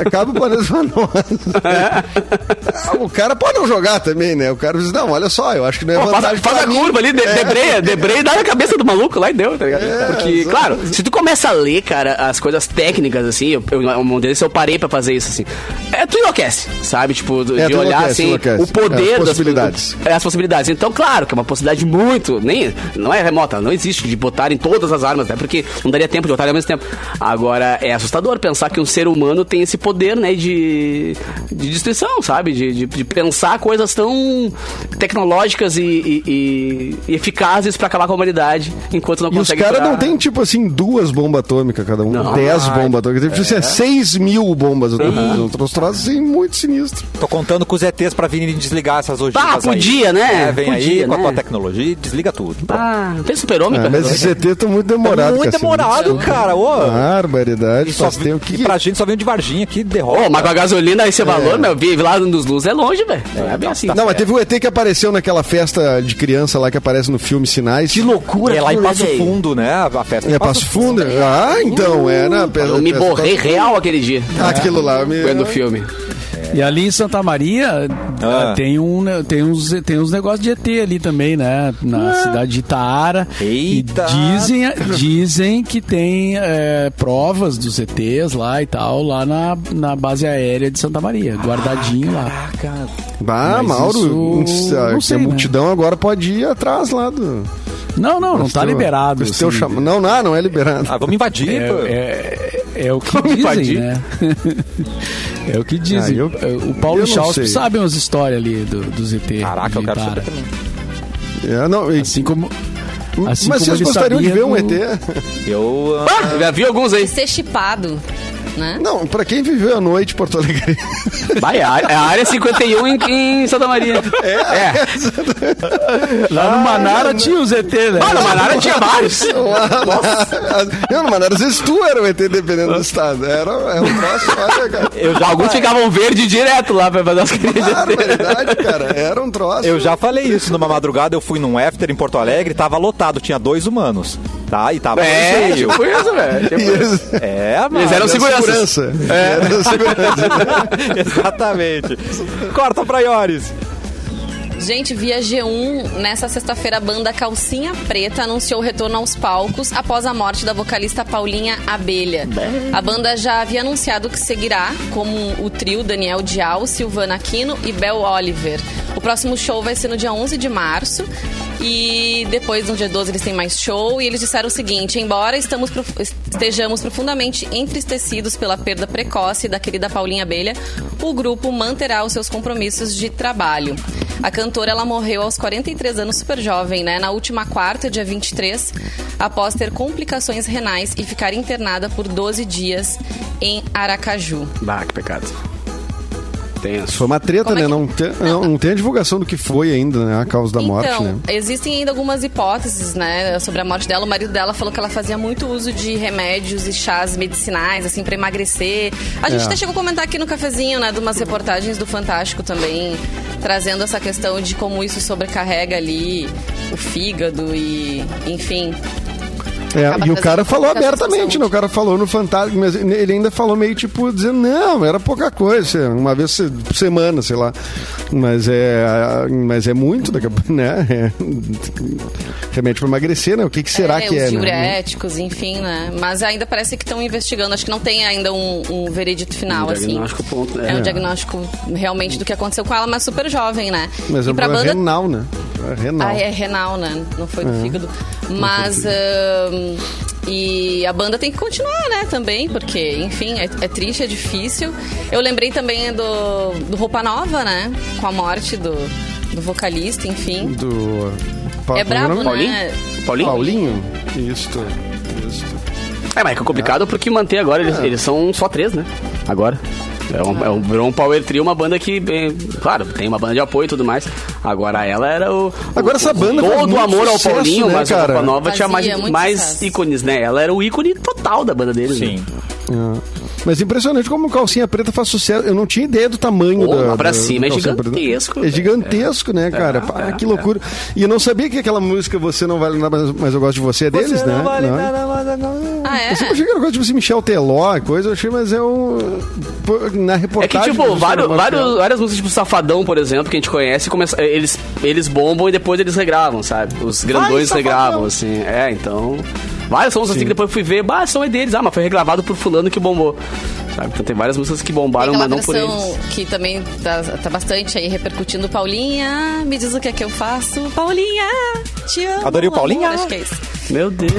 Speaker 2: Acaba o planeta pra nós. o cara pode não jogar também, né? O cara diz, não, olha só, eu acho que não é
Speaker 3: Pô, faz, a-
Speaker 2: vantagem
Speaker 3: faz
Speaker 2: pra
Speaker 3: a
Speaker 2: mim. É.
Speaker 3: curva ali, de, debreia, debreia e dá na cabeça do maluco lá e deu, tá ligado? Porque, claro, se tu começa a ler, cara, as coisas técnicas, assim, eu, eu, um deles eu parei pra fazer isso, assim. É, tu enlouquece, sabe? Tipo, do-
Speaker 2: É,
Speaker 3: de
Speaker 2: tu
Speaker 3: olhar,
Speaker 2: enlouquece,
Speaker 3: assim,
Speaker 2: enlouquece. É,
Speaker 3: o poder
Speaker 2: As
Speaker 3: das
Speaker 2: possibilidades.
Speaker 3: do- é, as possibilidades. Então, claro que é uma possibilidade muito, nem, não é remota, não existe de botarem todas as armas, né? Porque não daria tempo de botar ao mesmo tempo. Agora, é assustador pensar que um ser humano tem esse poder, né, de, de destruição, sabe? De, de, de pensar coisas tão tecnológicas e, e- e- e eficazes pra acabar com a humanidade, enquanto não
Speaker 2: E os
Speaker 3: consegue
Speaker 2: caras
Speaker 3: curar.
Speaker 2: não tem, tipo assim, duas bombas atômicas cada um.
Speaker 3: Não.
Speaker 2: Dez bombas atômicas. Tipo assim, é seis mil bombas atômicas. Outros troços, assim, muito sinistro.
Speaker 1: Tô contando com os ETs pra virem desligar essas ogivas
Speaker 3: Tá,
Speaker 1: aí.
Speaker 3: podia, né?
Speaker 1: É, vem aí
Speaker 3: Podia,
Speaker 1: com a tua
Speaker 3: né?
Speaker 1: tecnologia e desliga tudo.
Speaker 3: Ah, tem super-homem,
Speaker 2: Ah,
Speaker 3: cara.
Speaker 2: mas esses ET estão muito
Speaker 3: Tá
Speaker 2: demorados.
Speaker 1: Muito
Speaker 2: né?
Speaker 1: demorado, cara. Ô,
Speaker 2: Ah, Barbaridade,
Speaker 1: e só
Speaker 2: faz
Speaker 1: vi-
Speaker 2: tempo. Que,
Speaker 1: e pra gente só vem um de Varginha aqui, derrota.
Speaker 3: Ô, mas com a gasolina
Speaker 2: É.
Speaker 3: esse valor, meu, vive lá nos luzes é longe, velho. Não É bem assim.
Speaker 2: Não, mas teve um ET que apareceu naquela festa de criança lá que aparece no filme Sinais.
Speaker 3: Que loucura,
Speaker 1: E é lá em
Speaker 3: que
Speaker 1: Passo
Speaker 3: velho.
Speaker 1: Fundo, né? A festa
Speaker 2: É Passo Fundo? Ah, então, é, né?
Speaker 3: Hum,
Speaker 2: Ah,
Speaker 3: Eu me borrei real aquele dia.
Speaker 2: Aquilo lá, me...
Speaker 3: Vendo o filme.
Speaker 5: E ali em Santa Maria
Speaker 1: Ah.
Speaker 5: eh, tem, um, ne- tem, uns, tem uns negócios de ET ali também, né? Na cidade de Itaara.
Speaker 1: Eita!
Speaker 5: E dizem, dizem que tem eh, provas dos ETs lá e tal, lá na, na base aérea de Santa Maria, guardadinho lá.
Speaker 1: Caraca.
Speaker 2: Ah,
Speaker 5: Mas
Speaker 2: Mauro,
Speaker 5: isso
Speaker 2: a-
Speaker 5: não
Speaker 2: que
Speaker 5: sei,
Speaker 2: a
Speaker 5: né?
Speaker 2: multidão agora pode ir atrás lá do.
Speaker 5: Não, não, não tá
Speaker 2: teu-
Speaker 5: liberado.
Speaker 2: esse teu
Speaker 5: assim.
Speaker 2: chama- Não, não, não é liberado.
Speaker 1: Ah, vamos invadir.
Speaker 5: É,
Speaker 1: pô.
Speaker 5: é- é o que
Speaker 3: Vamos invadir.
Speaker 5: dizem, né? é o que dizem.
Speaker 2: Ah,
Speaker 5: É,
Speaker 2: eu-
Speaker 5: o
Speaker 2: eu não
Speaker 5: Paulo Schaus
Speaker 2: sei.
Speaker 5: sabe umas histórias ali do, dos ET.
Speaker 1: Caraca, eu
Speaker 5: de
Speaker 1: quero
Speaker 5: Itaara.
Speaker 1: saber também.
Speaker 2: É, não, e-
Speaker 5: Assim como.
Speaker 2: mas
Speaker 5: assim como
Speaker 2: vocês
Speaker 5: ele
Speaker 2: gostariam de
Speaker 5: sabia
Speaker 2: ver um
Speaker 5: do-
Speaker 2: ET?
Speaker 1: Eu. ah,
Speaker 3: Ah, já vi alguns aí.
Speaker 4: Ser chipado, né?
Speaker 2: Não, pra quem viveu a noite em Porto Alegre.
Speaker 3: Vai, é a é a área 51 em, em Santa Maria. É.
Speaker 5: Lá no Manara tinha os ET, né?
Speaker 3: Ah, na Manara tinha vários.
Speaker 2: não, mas às vezes tu era o ET, dependendo do estado. Era, era um troço, olha, cara.
Speaker 3: Alguns ficavam verde direto lá pra fazer as crianças.
Speaker 2: Barbaridade, cara. Era um troço.
Speaker 1: Eu já falei isso numa madrugada, eu fui num after em Porto Alegre, tava lotado, tinha dois humanos, tá? E tava
Speaker 3: É,
Speaker 1: cheio.
Speaker 3: tipo isso, velho. Ah,
Speaker 2: E
Speaker 3: Tipo isso.
Speaker 2: eles-
Speaker 1: É, mano.
Speaker 3: Eles eram seguranças.
Speaker 2: segurança.
Speaker 5: É.
Speaker 2: Era segurança.
Speaker 1: Exatamente. Corta pra Iores.
Speaker 4: Gente, via G1, nessa sexta-feira, a banda Calcinha Preta anunciou o retorno aos palcos após a morte da vocalista Paulinha Abelha. A banda já havia anunciado que seguirá como o trio Daniel Dial, Silvana Aquino e Bel Oliver. O próximo show vai ser no dia 11 de março. E depois, no dia 12, eles têm mais show. E eles disseram o seguinte: embora estamos prof- estejamos profundamente entristecidos pela perda precoce da querida Paulinha Abelha, o grupo manterá os seus compromissos de trabalho. A cantora ela morreu aos 43 anos, super jovem, né? Na última quarta, dia 23, após ter complicações renais e ficar internada por 12 dias em Aracaju.
Speaker 3: Ah, que pecado.
Speaker 2: Foi
Speaker 3: Tenso.
Speaker 2: uma treta,
Speaker 4: Como
Speaker 2: né?
Speaker 4: é que-
Speaker 2: Não, tem, não, não tem a divulgação do que foi ainda, né? A causa da morte,
Speaker 4: então,
Speaker 2: né?
Speaker 4: existem ainda algumas hipóteses, né, sobre a morte dela. O marido dela falou que ela fazia muito uso de remédios e chás medicinais, assim, pra emagrecer. A gente
Speaker 2: É.
Speaker 4: até chegou a comentar aqui no cafezinho, né, de umas reportagens do Fantástico também, trazendo essa questão de como isso sobrecarrega ali o fígado e, enfim.
Speaker 2: É,
Speaker 4: acaba
Speaker 2: e o cara
Speaker 4: trazendo
Speaker 2: falou
Speaker 4: complicações pra
Speaker 2: abertamente,
Speaker 4: saúde.
Speaker 2: né? O cara falou no Fantástico, mas ele ainda falou meio tipo, dizendo, não, era pouca coisa, uma vez se- por semana, sei lá. Mas é, mas é muito, daqui a pouco, né? É, remédio pra emagrecer, né? O que, que será
Speaker 4: É,
Speaker 2: que
Speaker 4: os
Speaker 2: é, né?
Speaker 4: diuréticos, enfim, né? Mas ainda parece que estão investigando. Acho que não tem ainda um, um veredito final,
Speaker 3: Um
Speaker 4: assim.
Speaker 3: diagnóstico, ponto, né?
Speaker 4: É um
Speaker 3: É.
Speaker 4: diagnóstico realmente do que aconteceu com ela, mas super jovem, né?
Speaker 2: Mas
Speaker 4: e
Speaker 2: é
Speaker 4: pra
Speaker 2: pra
Speaker 4: banda
Speaker 2: renal, né? É renal.
Speaker 4: Ah, é renal, né? Não foi do fígado. Mas. ahn, e a banda tem que continuar, né? Também, porque, enfim, é, é triste, é difícil. Eu lembrei também do, do Roupa Nova, né? Com a morte do, do vocalista, enfim.
Speaker 2: Do...
Speaker 4: É brabo,
Speaker 2: Paulinho?
Speaker 4: né?
Speaker 3: Paulinho?
Speaker 2: Paulinho? Isto. Isto.
Speaker 3: É, mas é complicado porque manter agora, eles, eles são só três, né? Agora. É um, é um, virou um power trio, uma banda que, bem, claro, tem uma banda de apoio e tudo mais. Agora ela era o.
Speaker 2: Agora
Speaker 3: o-
Speaker 2: essa
Speaker 3: o-
Speaker 2: banda faz
Speaker 3: Todo o
Speaker 2: muito
Speaker 3: amor ao
Speaker 2: sucesso,
Speaker 3: Paulinho,
Speaker 2: né,
Speaker 3: mas a
Speaker 2: cara?
Speaker 3: Copa Nova tinha
Speaker 4: Fazia
Speaker 3: mais,
Speaker 4: muito
Speaker 3: mais
Speaker 4: sucesso.
Speaker 3: ícones, né? Ela era o ícone total da banda deles. né?
Speaker 1: Sim.
Speaker 2: É. Mas impressionante como calcinha preta faz sucesso. Eu não tinha ideia do tamanho
Speaker 3: Pô,
Speaker 2: da.
Speaker 3: lá pra
Speaker 2: da-
Speaker 3: cima
Speaker 2: do
Speaker 3: é
Speaker 2: Calcinha Preta.
Speaker 3: gigantesco,
Speaker 2: É
Speaker 3: velho.
Speaker 2: gigantesco, né, cara? Pá,
Speaker 3: é,
Speaker 2: que
Speaker 3: é.
Speaker 2: loucura. E eu não sabia que aquela música Você Não Vale Nada, Mas- mas eu gosto de você é deles, né? Não.
Speaker 4: Ah, é?
Speaker 2: Eu sempre achei que era coisa tipo assim, Michel Teló, coisa, eu achei, mas é um. pô, Na
Speaker 3: É que,
Speaker 2: reportagem.
Speaker 3: tipo,
Speaker 2: do
Speaker 3: vários,
Speaker 2: Luciano
Speaker 3: vários-
Speaker 2: Marcelo.
Speaker 3: várias músicas, tipo Safadão, por exemplo, que a gente conhece, começa, eles, eles bombam e depois eles regravam, sabe? Os grandões
Speaker 2: Safadão!
Speaker 3: regravam, assim. É, então. Várias são músicas assim que depois eu fui ver, bah, são é deles, ah, mas foi regravado por Fulano que bombou. Sabe? Então tem várias músicas que bombaram,
Speaker 4: Tem
Speaker 3: mas
Speaker 4: aquela
Speaker 3: não por
Speaker 4: versão
Speaker 3: eles.
Speaker 4: que também tá, tá bastante aí repercutindo. Paulinha, me diz o que é que eu faço. Paulinha, te amo.
Speaker 1: Adorei o
Speaker 4: amor.
Speaker 1: Paulinha.
Speaker 4: Acho que é isso.
Speaker 3: Meu Deus.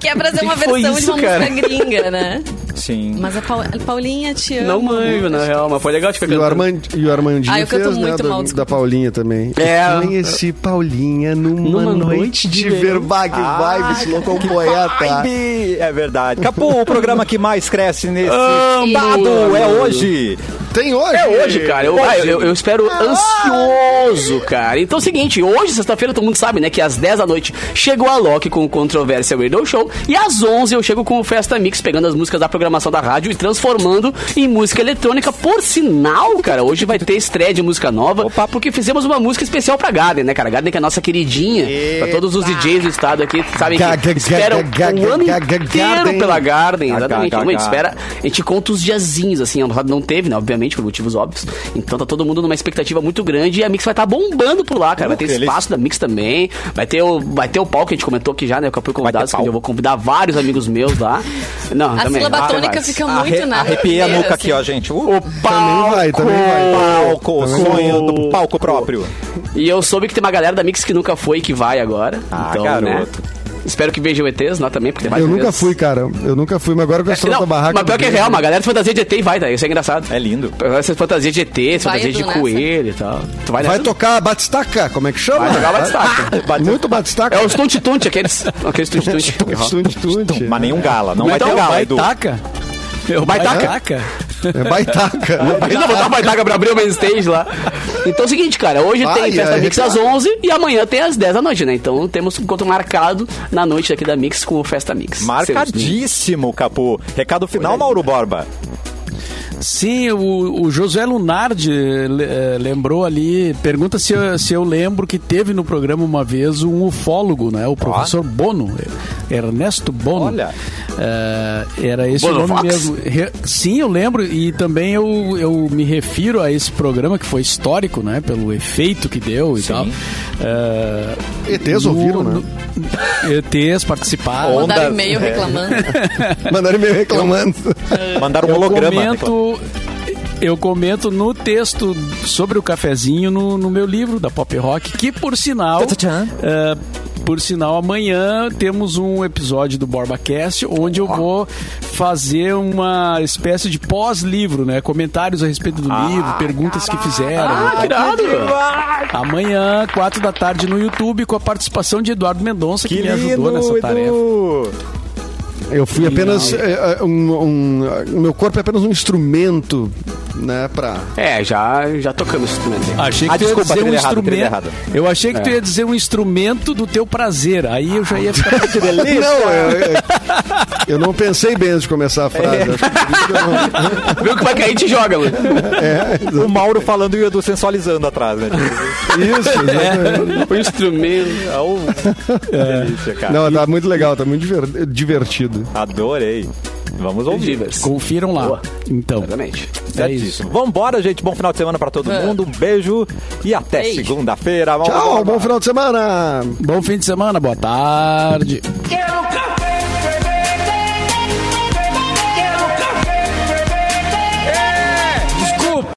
Speaker 4: Que é pra fazer
Speaker 3: Que
Speaker 4: uma
Speaker 3: que
Speaker 4: versão
Speaker 3: foi
Speaker 4: de
Speaker 3: isso,
Speaker 4: uma
Speaker 3: cara?
Speaker 4: música gringa, né?
Speaker 1: Sim.
Speaker 4: Mas a Paul- Paulinha, te amo.
Speaker 3: não manjo, na real, mas foi legal de
Speaker 2: E
Speaker 3: ficar
Speaker 2: o,
Speaker 3: cantando.
Speaker 2: Armand, e o Armandinho
Speaker 4: Ah, eu canto
Speaker 2: fez, né,
Speaker 4: muito
Speaker 2: da,
Speaker 4: mal,
Speaker 2: da
Speaker 4: desculpa.
Speaker 2: Paulinha também.
Speaker 3: É.
Speaker 2: Eu Conheci Paulinha numa,
Speaker 3: Numa
Speaker 2: noite,
Speaker 3: noite
Speaker 2: de
Speaker 3: de
Speaker 2: verba, que vibe, esse louco é um poeta.
Speaker 1: Vibe! É verdade. Capu, o programa que mais cresce nesse
Speaker 3: Amo.
Speaker 1: estado é hoje.
Speaker 2: Tem hoje!
Speaker 3: É hoje, cara. Eu, ah, eu- eu espero ansioso, cara. Então é o seguinte, hoje, sexta-feira, todo mundo sabe, né? Que às 10 da noite chegou a Loki com o Controvérsia Radio Show. E às 11 eu chego com o Festa Mix, pegando as músicas da programação da rádio e transformando em música eletrônica. Por sinal, cara, hoje vai ter estreia de música nova. Porque fizemos uma música especial pra Garden, né, cara? Garden que é a nossa queridinha. Pra todos os DJs do estado aqui, sabem
Speaker 2: Ga- ga-
Speaker 3: que
Speaker 2: ga-
Speaker 3: esperam
Speaker 2: ga- ga-
Speaker 3: o ano
Speaker 2: ga- ga-
Speaker 3: inteiro
Speaker 2: Garden.
Speaker 3: pela Garden.
Speaker 1: Ga- ga-
Speaker 3: Exatamente.
Speaker 1: ga-
Speaker 3: Uma
Speaker 1: ga-
Speaker 3: espera a gente conta os diazinhos, assim, ano passado não teve, né? Obviamente, por motivos óbvios. Então tá todo mundo numa expectativa muito grande e a Mix vai estar bombando por lá, cara. Vai
Speaker 1: Uh,
Speaker 3: ter
Speaker 1: que
Speaker 3: espaço da Mix também. Vai ter o, vai ter o palco que a gente comentou aqui já, né? Que eu fui convidado,
Speaker 1: palco.
Speaker 3: que eu vou convidar vários amigos meus lá. Não,
Speaker 4: A
Speaker 3: também.
Speaker 4: sílaba
Speaker 3: Ah,
Speaker 4: tônica
Speaker 3: vai.
Speaker 4: fica
Speaker 1: Arre-
Speaker 4: muito, né?
Speaker 1: Arrepiei a nuca aqui, ó, gente. Uh,
Speaker 3: O palco.
Speaker 2: vai, também vai.
Speaker 1: palco, o sonho do palco próprio.
Speaker 3: E eu soube que tem uma galera da Mix que nunca foi e que vai agora.
Speaker 1: Ah,
Speaker 3: então, né?
Speaker 1: garoto.
Speaker 3: Espero que vejam ETs lá também, porque tem mais
Speaker 2: Eu nunca
Speaker 3: ETs.
Speaker 2: fui, cara. Eu nunca fui, mas agora que eu estou
Speaker 3: é Não,
Speaker 2: na barraca.
Speaker 3: mas pior que é real, uma galera de fantasia de ET e vai, tá? Isso é engraçado.
Speaker 1: É lindo.
Speaker 3: Essas fantasias de ET,
Speaker 4: Vai,
Speaker 3: fantasias de
Speaker 4: Edu, nessa?
Speaker 3: coelho e tal. Tu vai
Speaker 2: Vai
Speaker 3: nessa?
Speaker 2: tocar Batistaca, como é que chama?
Speaker 3: Vai jogar Batistaca.
Speaker 2: Muito Batistaca. É
Speaker 3: É os tonte-tonte, aqueles. Aqueles tonte-tonte.
Speaker 2: Tunte, tunte.
Speaker 1: Mas nenhum gala. Não vai ter
Speaker 3: Então,
Speaker 1: gala,
Speaker 5: Vai tá
Speaker 1: Edu.
Speaker 5: taca?
Speaker 3: O baitaca.
Speaker 5: Taca?
Speaker 2: É baitaca.
Speaker 3: Imagina botar o baitaca pra abrir o main stage lá. Então é o seguinte, cara. Hoje
Speaker 2: Vai,
Speaker 3: tem festa
Speaker 2: é,
Speaker 3: Mix
Speaker 2: tá.
Speaker 3: às 11 e amanhã tem às 10 da noite, né? Então temos um encontro marcado na noite aqui da Mix com o Festa Mix.
Speaker 1: Marcadíssimo, Capu. Recado final, Mauro Borba.
Speaker 5: Sim, o, o José Lunardi le- eh, lembrou ali, pergunta se eu, se eu lembro que teve no programa uma vez um ufólogo, né? O professor Bono, Ernesto Bono.
Speaker 1: Olha.
Speaker 5: Eh, era esse
Speaker 3: Bono
Speaker 5: o nome
Speaker 3: Vox.
Speaker 5: mesmo. Re- Sim, eu lembro e também eu, eu me refiro a esse programa que foi histórico, né? Pelo efeito que deu e tal. Eh,
Speaker 2: ETs
Speaker 5: no-
Speaker 2: ouviram, né?
Speaker 5: no- ETs participaram.
Speaker 4: Mandaram
Speaker 1: Ondas,
Speaker 4: e-mail
Speaker 1: é.
Speaker 4: reclamando.
Speaker 2: Mandaram e-mail reclamando.
Speaker 1: Mandaram um
Speaker 5: eu
Speaker 1: holograma. né, claro.
Speaker 5: Comento, eu comento no texto sobre o cafezinho no, no meu livro da Pop Rock, que por sinal.
Speaker 1: Tchan, tchan.
Speaker 5: eh, Por sinal, amanhã temos um episódio do BorbaCast, onde eu vou fazer uma espécie de pós-livro, né? Comentários a respeito do livro, perguntas que fizeram.
Speaker 3: Ah, irado!
Speaker 5: Amanhã, quatro da tarde, no YouTube, com a participação de Eduardo Mendonça, que,
Speaker 1: Que
Speaker 5: me ajudou
Speaker 1: lindo,
Speaker 5: nessa
Speaker 1: Edu!
Speaker 5: tarefa.
Speaker 2: Eu fui apenas. eh, eh, um- um- eh, meu corpo é apenas um instrumento, né? Pra.
Speaker 3: É, já, já tocamos esse instrumento aí.
Speaker 5: Achei que
Speaker 1: Ah,
Speaker 5: tu ia
Speaker 1: desculpa,
Speaker 5: dizer um
Speaker 1: trilha errada, trilha
Speaker 5: instrumento.
Speaker 1: errada.
Speaker 5: Eu achei que tu ia dizer um instrumento do teu prazer. Aí eu já ia ficar.
Speaker 1: Que delícia!
Speaker 2: Não, eu, eu- eu não pensei bem antes de começar a
Speaker 3: É.
Speaker 2: frase. Acho que por isso que eu não-
Speaker 3: Ah, Viu que vai cair e te joga, mano.
Speaker 1: o Mauro falando e o Edu sensualizando atrás, né? Tipo,
Speaker 2: Isso,
Speaker 3: É.
Speaker 2: exatamente.
Speaker 3: O instrumento.
Speaker 1: é um- Que
Speaker 5: É.
Speaker 1: delícia, cara.
Speaker 2: Não, tá muito legal, tá muito diver- divertido.
Speaker 1: Adorei. Vamos ouvir.
Speaker 3: Divers.
Speaker 5: Confiram lá.
Speaker 3: Boa.
Speaker 5: Então,
Speaker 3: Exatamente.
Speaker 5: é isso.
Speaker 1: Vambora, gente. Bom final de semana pra todo mundo. Um beijo e até
Speaker 4: Beijo.
Speaker 2: Tá,
Speaker 1: segunda-feira. Mauro
Speaker 2: Tchau,
Speaker 1: Borba.
Speaker 2: bom final de semana!
Speaker 5: Bom fim de semana, boa tarde.
Speaker 6: Eu nunca